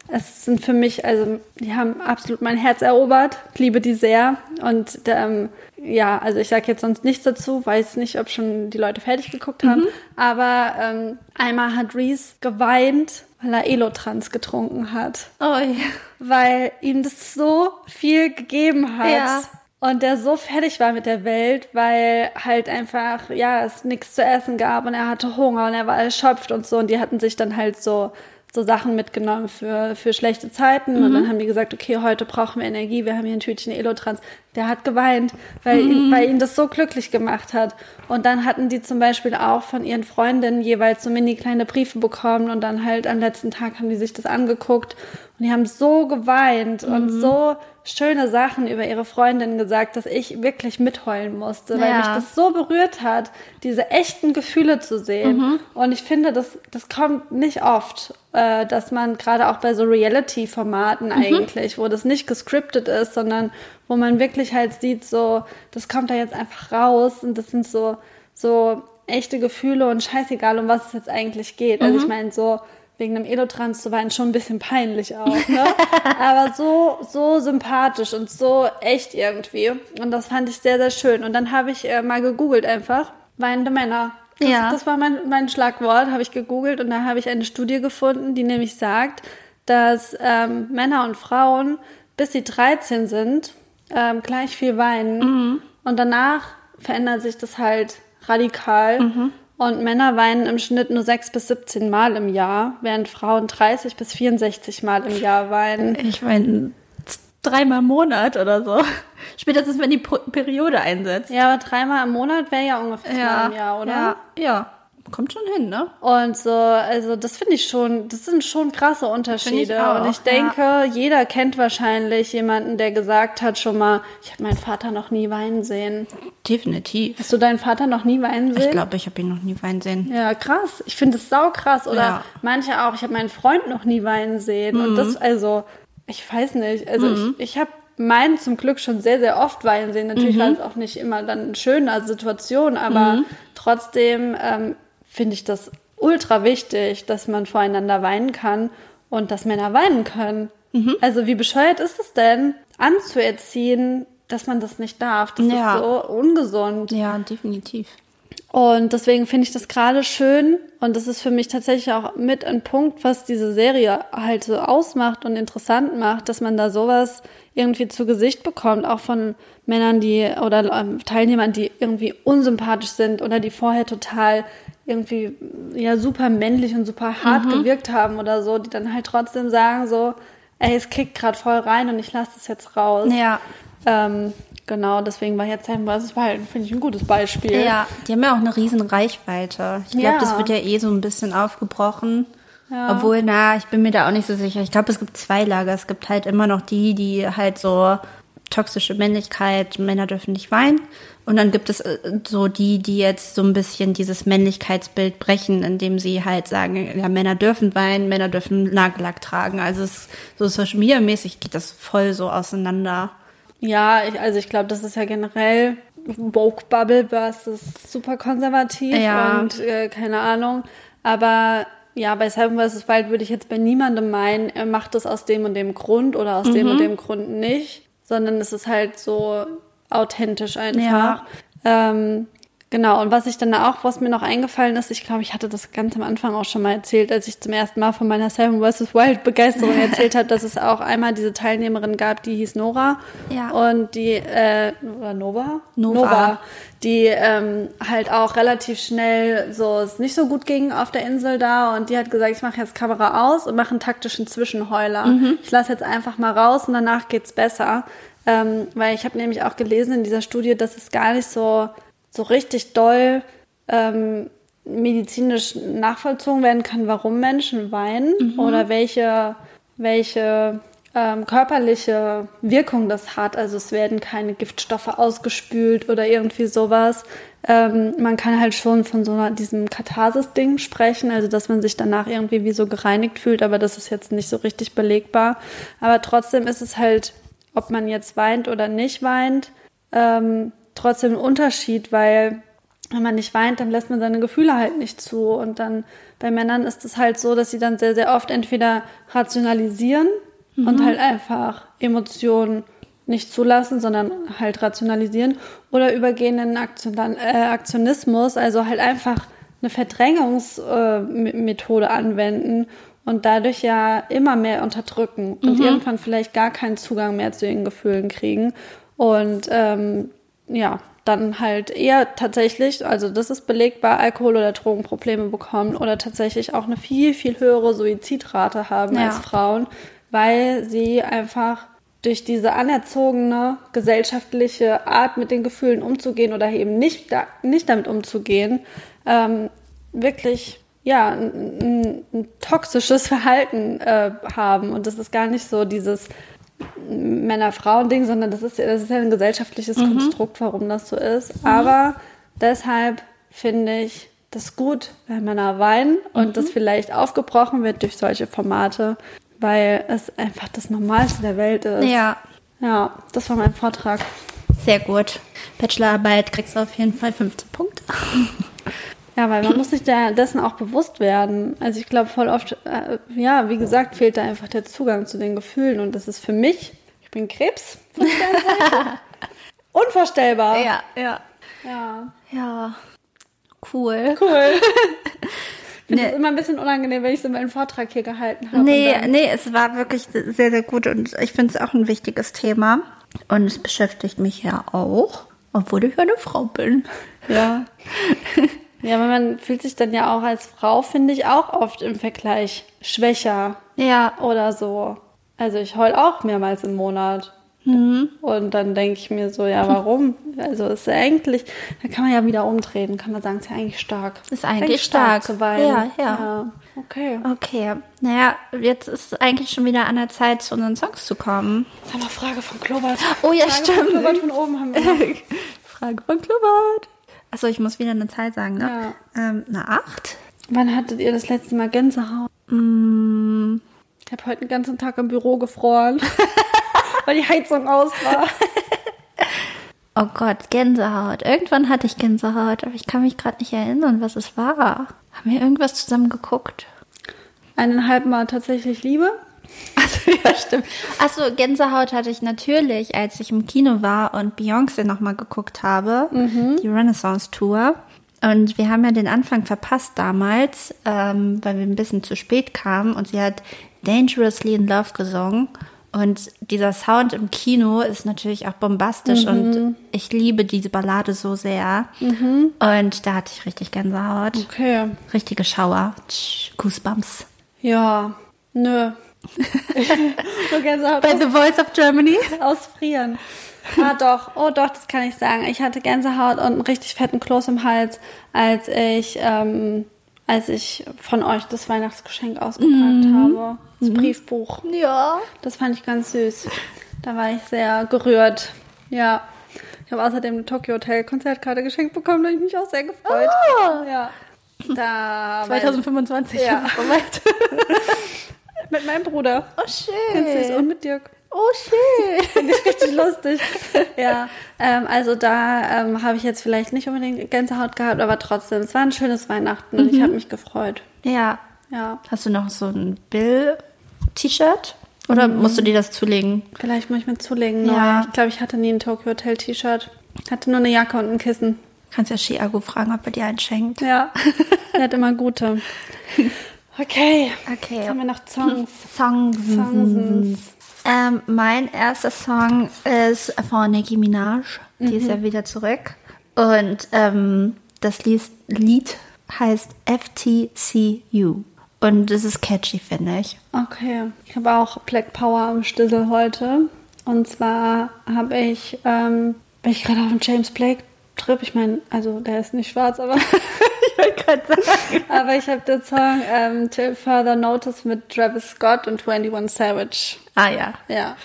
A: Es sind für mich, also die haben absolut mein Herz erobert. Ich liebe die sehr. Und ähm, ja, also ich sage jetzt sonst nichts dazu, weiß nicht, ob schon die Leute fertig geguckt haben. Aber ähm, einmal hat Reese geweint, weil weil er Elotrans getrunken hat.
B: Oh ja.
A: Weil ihm das so viel gegeben hat.
B: Ja.
A: Und der so fertig war mit der Welt, weil halt einfach, ja, es nichts zu essen gab und er hatte Hunger und er war erschöpft und so. Und die hatten sich dann halt so, so Sachen mitgenommen für, für schlechte Zeiten. Und dann haben die gesagt, okay, heute brauchen wir Energie, wir haben hier ein Tütchen Elotrans. Der hat geweint, weil, ihn, weil ihn das so glücklich gemacht hat. Und dann hatten die zum Beispiel auch von ihren Freundinnen jeweils so mini kleine Briefe bekommen und dann halt am letzten Tag haben die sich das angeguckt und die haben so geweint und so schöne Sachen über ihre Freundin gesagt, dass ich wirklich mitheulen musste, weil
B: Ja.
A: mich das so berührt hat, diese echten Gefühle zu sehen. Und ich finde, das, das kommt nicht oft, äh, dass man gerade auch bei so Reality-Formaten eigentlich, wo das nicht gescriptet ist, sondern wo man wirklich halt sieht, so, das kommt da jetzt einfach raus und das sind so, so echte Gefühle und scheißegal, um was es jetzt eigentlich geht. Also ich meine, so wegen einem Elotrans zu weinen, schon ein bisschen peinlich auch, ne? Aber so, so sympathisch und so echt irgendwie. Und das fand ich sehr, sehr schön. Und dann habe ich äh, mal gegoogelt einfach, weinende Männer. Das,
B: Ja.
A: das war mein, mein Schlagwort, habe ich gegoogelt und da habe ich eine Studie gefunden, die nämlich sagt, dass ähm, Männer und Frauen, bis sie 13 sind, ähm, gleich viel weinen. Und danach verändert sich das halt radikal. Und Männer weinen im Schnitt nur 6 bis 17 Mal im Jahr, während Frauen 30 bis 64 Mal im Jahr weinen.
B: Ich meine, dreimal im Monat oder so. Spätestens, wenn die Po- Periode einsetzt.
A: Ja, aber dreimal im Monat wäre ja ungefähr mal im Jahr, oder?
B: Ja, ja. Kommt schon hin, ne?
A: Und so, also das finde ich schon, das sind schon krasse Unterschiede.
B: auch,
A: und ich denke, jeder kennt wahrscheinlich jemanden, der gesagt hat schon mal, ich habe meinen Vater noch nie weinen sehen.
B: Definitiv.
A: Hast du deinen Vater noch nie weinen
B: Ich
A: sehen?
B: glaube, ich habe ihn noch nie weinen sehen.
A: Ja, krass. Ich finde es sau krass. Oder
B: Ja. Mhm.
A: manche auch, ich habe meinen Freund noch nie weinen sehen. Und das, also, ich weiß nicht. Also ich, ich habe meinen zum Glück schon sehr, sehr oft weinen sehen.
B: Mhm.
A: Natürlich war es auch nicht immer dann eine schöne Situation, aber trotzdem ähm, finde ich das ultra wichtig, dass man voreinander weinen kann und dass Männer weinen können.
B: Mhm.
A: Also wie bescheuert ist es denn, anzuerziehen, dass man das nicht darf? Das
B: Ja.
A: ist so ungesund.
B: Ja, definitiv.
A: Und deswegen finde ich das gerade schön. Und das ist für mich tatsächlich auch mit ein Punkt, was diese Serie halt so ausmacht und interessant macht, dass man da sowas irgendwie zu Gesicht bekommt, auch von Männern, die oder ähm, Teilnehmern, die irgendwie unsympathisch sind oder die vorher total irgendwie ja super männlich und super hart
B: Mhm.
A: gewirkt haben oder so, die dann halt trotzdem sagen so, ey, es kickt gerade voll rein und ich lasse das jetzt raus.
B: Ja.
A: Ähm, genau, deswegen war jetzt Sam vs. Wild, finde ich ein gutes Beispiel.
B: Ja, die haben ja auch eine riesen Reichweite. Ich glaube,
A: Ja.
B: das wird ja eh so ein bisschen aufgebrochen.
A: Ja.
B: Obwohl, na, ich bin mir da auch nicht so sicher. Ich glaube, es gibt zwei Lager. Es gibt halt immer noch die, die halt so toxische Männlichkeit, Männer dürfen nicht weinen. Und dann gibt es äh, so die, die jetzt so ein bisschen dieses Männlichkeitsbild brechen, indem sie halt sagen, ja, Männer dürfen weinen, Männer dürfen Nagellack tragen. Also es, so Social Media mäßig geht das voll so auseinander.
A: Ja, ich, also ich glaube, das ist ja generell woke Bubble versus super konservativ
B: Ja.
A: und äh, keine Ahnung. Aber ja, bei Simon vs. Wild würde ich jetzt bei niemandem meinen, er macht das aus dem und dem Grund oder aus dem und dem Grund nicht, sondern es ist halt so authentisch einfach. Ähm, genau, und was ich dann auch, was mir noch eingefallen ist, ich glaube, ich hatte das ganz am Anfang auch schon mal erzählt, als ich zum ersten Mal von meiner Seven vs. Wild Begeisterung erzählt habe, dass es auch einmal diese Teilnehmerin gab, die hieß Nora.
B: Ja.
A: Und die, äh, oder Nova?
B: Nova.
A: Die ähm, halt auch relativ schnell so es nicht so gut ging auf der Insel da und die hat gesagt, ich mache jetzt Kamera aus und mache einen taktischen Zwischenheuler. Ich lasse jetzt einfach mal raus und danach geht's besser. Ähm, weil ich habe nämlich auch gelesen in dieser Studie, dass es gar nicht so, so richtig doll ähm, medizinisch nachvollzogen werden kann, warum Menschen weinen oder welche, welche ähm, körperliche Wirkung das hat. Also es werden keine Giftstoffe ausgespült oder irgendwie sowas. Ähm, man kann halt schon von so einer, diesem Katharsis-Ding sprechen, also dass man sich danach irgendwie wie so gereinigt fühlt, aber das ist jetzt nicht so richtig belegbar. Aber trotzdem ist es halt, ob man jetzt weint oder nicht weint, ähm, trotzdem ein Unterschied, weil wenn man nicht weint, dann lässt man seine Gefühle halt nicht zu. Und dann bei Männern ist es halt so, dass sie dann sehr, sehr oft entweder rationalisieren und halt einfach Emotionen nicht zulassen, sondern halt rationalisieren oder übergehen in Aktion, äh, Aktionismus, also halt einfach eine Verdrängungsmethode äh, Me- Methode anwenden und dadurch ja immer mehr unterdrücken und irgendwann vielleicht gar keinen Zugang mehr zu ihren Gefühlen kriegen. Und ähm, ja, dann halt eher tatsächlich, also das ist belegbar, Alkohol- oder Drogenprobleme bekommen oder tatsächlich auch eine viel, viel höhere Suizidrate haben
B: Ja.
A: als Frauen, weil sie einfach durch diese anerzogene gesellschaftliche Art, mit den Gefühlen umzugehen oder eben nicht, da, nicht damit umzugehen, ähm, wirklich ja, ein, ein, ein toxisches Verhalten äh, haben. Und das ist gar nicht so dieses Männer-Frauen-Ding, sondern das ist, ja- das ist ja ein gesellschaftliches Konstrukt, warum das so ist. Aber deshalb finde ich das gut, wenn Männer weinen und das vielleicht aufgebrochen wird durch solche Formate, weil es einfach das Normalste der Welt ist.
B: Ja,
A: Ja, das war mein Vortrag.
B: sehr gut. Bachelorarbeit kriegst du auf jeden Fall 15 Punkte.
A: Ja, weil man muss sich da dessen auch bewusst werden. Also ich glaube, voll oft, äh, ja, wie gesagt, fehlt da einfach der Zugang zu den Gefühlen. Und das ist für mich, ich bin Krebs, von Sternzeichen, unvorstellbar.
B: ja.
A: ja.
B: Ja, cool.
A: Cool. Ich finde
B: Nee.
A: es immer ein bisschen unangenehm, wenn ich so meinen Vortrag hier gehalten habe.
B: Nee,
A: Und dann-
B: nee, es war wirklich sehr, sehr gut und ich finde es auch ein wichtiges Thema. Und es beschäftigt mich ja auch, obwohl ich eine Frau bin.
A: Ja. ja, aber man fühlt sich dann ja auch als Frau, finde ich, auch oft im Vergleich schwächer
B: Ja,
A: oder so. Also ich heul auch mehrmals im Monat.
B: Mhm.
A: Und dann denke ich mir so, ja, warum? Also ist ja eigentlich, da kann man ja wieder umdrehen, kann man sagen, ist ja eigentlich stark.
B: Ist eigentlich stark.
A: zu weinen.
B: Ja, ja. Ah.
A: Okay.
B: okay. Naja, jetzt ist eigentlich schon wieder an der Zeit, zu unseren Songs zu kommen.
A: Jetzt haben wir Frage von Klobert.
B: Oh ja,
A: Frage
B: stimmt.
A: Von Klobert von oben haben wir. noch.
B: Frage von Klubart. Achso, ich muss wieder eine Zahl sagen, ne? Ähm, eine 8?
A: Wann hattet ihr das letzte Mal Gänsehaut?
B: Mm.
A: Ich habe heute den ganzen Tag im Büro gefroren, weil die Heizung aus war.
B: Oh Gott, Gänsehaut. Irgendwann hatte ich Gänsehaut, aber ich kann mich gerade nicht erinnern, was es war. Haben wir irgendwas zusammen geguckt?
A: Eineinhalb Mal tatsächlich Liebe.
B: Also, ja, stimmt. Achso, Gänsehaut hatte ich natürlich, als ich im Kino war und Beyoncé nochmal geguckt habe, die Renaissance Tour. Und wir haben ja den Anfang verpasst damals, ähm, weil wir ein bisschen zu spät kamen und sie hat Dangerously in Love gesungen. Und dieser Sound im Kino ist natürlich auch bombastisch und ich liebe diese Ballade so sehr. Mhm. Und da hatte ich richtig Gänsehaut.
A: Okay.
B: Richtige Schauer. Tsch, Goosebumps.
A: Ja, nö. so Gänsehaut
B: Bei The Voice of Germany.
A: ausfrieren. Ah doch, oh doch, das kann ich sagen. Ich hatte Gänsehaut und einen richtig fetten Kloß im Hals, als ich, ähm, als ich von euch das Weihnachtsgeschenk ausgepackt habe. Das Briefbuch.
B: Ja.
A: Das fand ich ganz süß. Da war ich sehr gerührt. Ja. Ich habe außerdem eine Tokyo Hotel Konzertkarte geschenkt bekommen, da habe ich mich auch sehr gefreut. Ja. Da
B: 2025.
A: Ja.
B: ist es soweit.
A: mit meinem Bruder.
B: Oh,
A: Ganz süß.
B: schön.
A: Und mit Dirk.
B: Oh, schön.
A: Finde ich richtig lustig. Ja, ähm, also da ähm, habe ich jetzt vielleicht nicht unbedingt Gänsehaut gehabt, aber trotzdem, es war ein schönes Weihnachten und ich habe mich gefreut.
B: Ja.
A: Ja,
B: Hast du noch so ein Bill-T-Shirt? Oder musst du dir das zulegen?
A: vielleicht muss ich mir zulegen. neu.
B: Ja.
A: Ich glaube, ich hatte nie ein Tokyo Hotel T-Shirt. Hatte nur eine Jacke und ein Kissen.
B: Kannst ja Chiago fragen, ob er dir einen schenkt.
A: Ja, der hat immer gute. Okay, Mhm. jetzt
B: Okay.
A: haben wir noch Songs.
B: Songs.
A: Songs.
B: Mhm. Ähm, mein erster Song ist von Nicki Minaj. Die ist ja wieder zurück. Und ähm, das Lied, Lied heißt FTCU. Und es ist catchy, finde ich.
A: Okay, ich habe auch Black Power am Stissel heute. Und zwar habe ich, ähm, bin ich gerade auf einem James Blake Trip. Ich meine, also der ist nicht schwarz, aber
B: Ich wollte gerade sagen.
A: Aber ich habe den Song ähm, Till Further Notice mit Travis Scott und 21 Savage.
B: Ah ja.
A: Ja.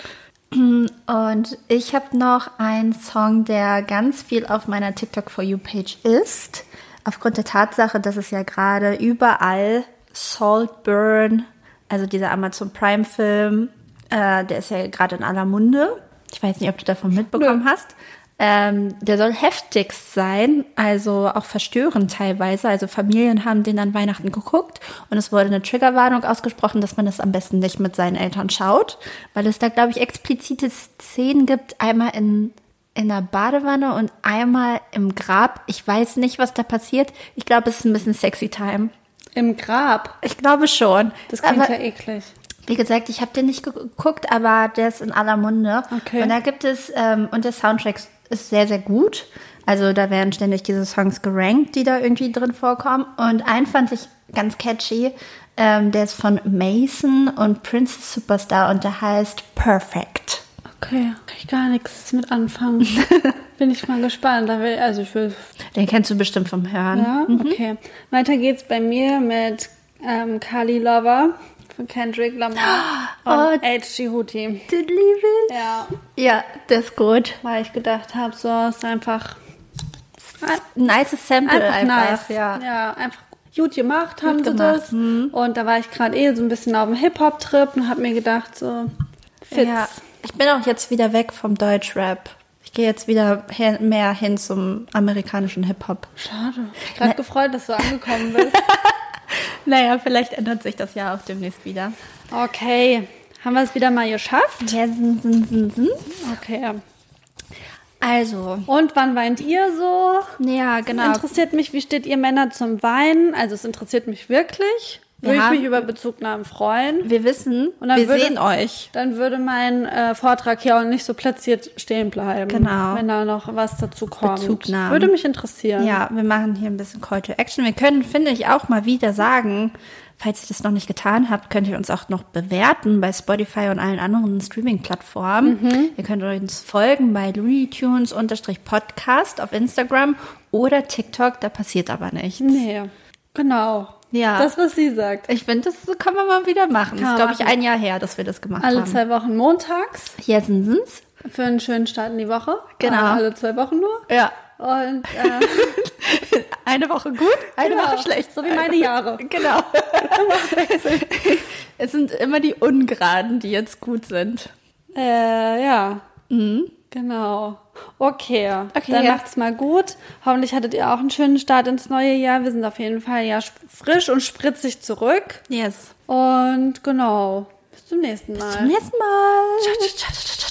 B: Und ich habe noch einen Song, der ganz viel auf meiner TikTok for You Page ist. Aufgrund der Tatsache, dass es ja gerade überall Saltburn, also dieser Amazon Prime Film, äh, der ist ja gerade in aller Munde. Ich weiß nicht, ob du davon mitbekommen hast. Ähm, der soll heftigst sein, also auch verstörend teilweise. Also Familien haben den an Weihnachten geguckt und es wurde eine Triggerwarnung ausgesprochen, dass man das am besten nicht mit seinen Eltern schaut, weil es da, glaube ich, explizite Szenen gibt, einmal in, in einer Badewanne und einmal im Grab. Ich weiß nicht, was da passiert. Ich glaube, es ist ein bisschen sexy time.
A: Im Grab.
B: Ich glaube schon.
A: Das klingt
B: aber,
A: ja eklig.
B: Wie gesagt, ich habe den nicht geguckt, aber der ist in aller Munde.
A: Okay.
B: Und da gibt es, ähm, und der Soundtrack ist sehr, sehr gut. Also da werden ständig diese Songs gerankt, die da irgendwie drin vorkommen. Und einen fand ich ganz catchy. Ähm, der ist von Mason und Princess Superstar und der heißt Perfect.
A: Okay, kann ich gar nichts mit anfangen. Bin ich mal gespannt. Da will, also ich will
B: Den kennst du bestimmt vom Hören.
A: Ja, okay. Weiter geht's bei mir mit ähm, Kali Lover von Kendrick Lamar
B: Oh.
A: und H.G. Hootie.
B: Did leave it.
A: Ja,
B: Ja, der ist gut.
A: weil ich gedacht habe, so ist einfach,
B: Nice Sample
A: einfach,
B: Äh, einfach.
A: nice.
B: Ja.
A: ja, einfach gut gemacht haben sie
B: gemacht, Mhm.
A: das. Und da war ich gerade eh so ein bisschen auf dem Hip-Hop-Trip und habe mir gedacht, so fits.
B: Ja. Ich bin auch jetzt wieder weg vom Deutschrap. Ich gehe jetzt wieder her, mehr hin zum amerikanischen Hip-Hop.
A: Schade. Ich
B: Ne.
A: gerade gefreut, dass du angekommen bist.
B: Naja, vielleicht ändert sich das ja auch demnächst wieder.
A: Okay, haben wir es wieder mal geschafft? Okay.
B: Also,
A: Und wann weint ihr so?
B: ja, genau.
A: Interessiert mich, wie steht ihr Männer zum Weinen? Also es interessiert mich wirklich. Würde
B: Ja.
A: ich mich über Bezugnahmen freuen.
B: Wir wissen,
A: Und dann
B: wir
A: würde-
B: sehen euch.
A: Dann würde mein äh, Vortrag hier auch nicht so platziert stehen bleiben.
B: Genau.
A: Wenn da noch was dazu kommt.
B: Bezugnahmen.
A: Würde mich interessieren.
B: Ja, wir machen hier ein bisschen Call to Action. Wir können, finde ich, auch mal wieder sagen, falls ihr das noch nicht getan habt, könnt ihr uns auch noch bewerten bei Spotify und allen anderen Streaming-Plattformen. Ihr könnt uns folgen bei Looney Tunes unterstrich Podcast auf Instagram oder TikTok, da passiert aber nichts.
A: Nee. Genau.
B: Ja.
A: Das, was sie sagt.
B: Ich finde, das kann man mal wieder machen.
A: Kann
B: Das ist,
A: man
B: glaube ich,
A: machen.
B: ein Jahr her, dass wir das gemacht
A: Alle
B: haben.
A: zwei Wochen montags
B: Hier sind's.
A: für einen schönen Start in die Woche.
B: Genau.
A: Aber alle zwei Wochen nur.
B: Ja.
A: Und äh,
B: Eine Woche gut, eine
A: genau.
B: Woche schlecht.
A: So wie meine Jahre.
B: Genau. es sind immer die Ungeraden, die jetzt gut sind.
A: Äh, ja. Genau. Okay,
B: Okay,
A: dann
B: ja.
A: macht's mal gut. Hoffentlich hattet ihr auch einen schönen Start ins neue Jahr. Wir sind auf jeden Fall ja sp- frisch und spritzig zurück.
B: Yes.
A: Und genau, bis zum nächsten Mal.
B: Zum nächsten Mal.
A: Ciao, ciao, ciao, ciao, ciao, ciao.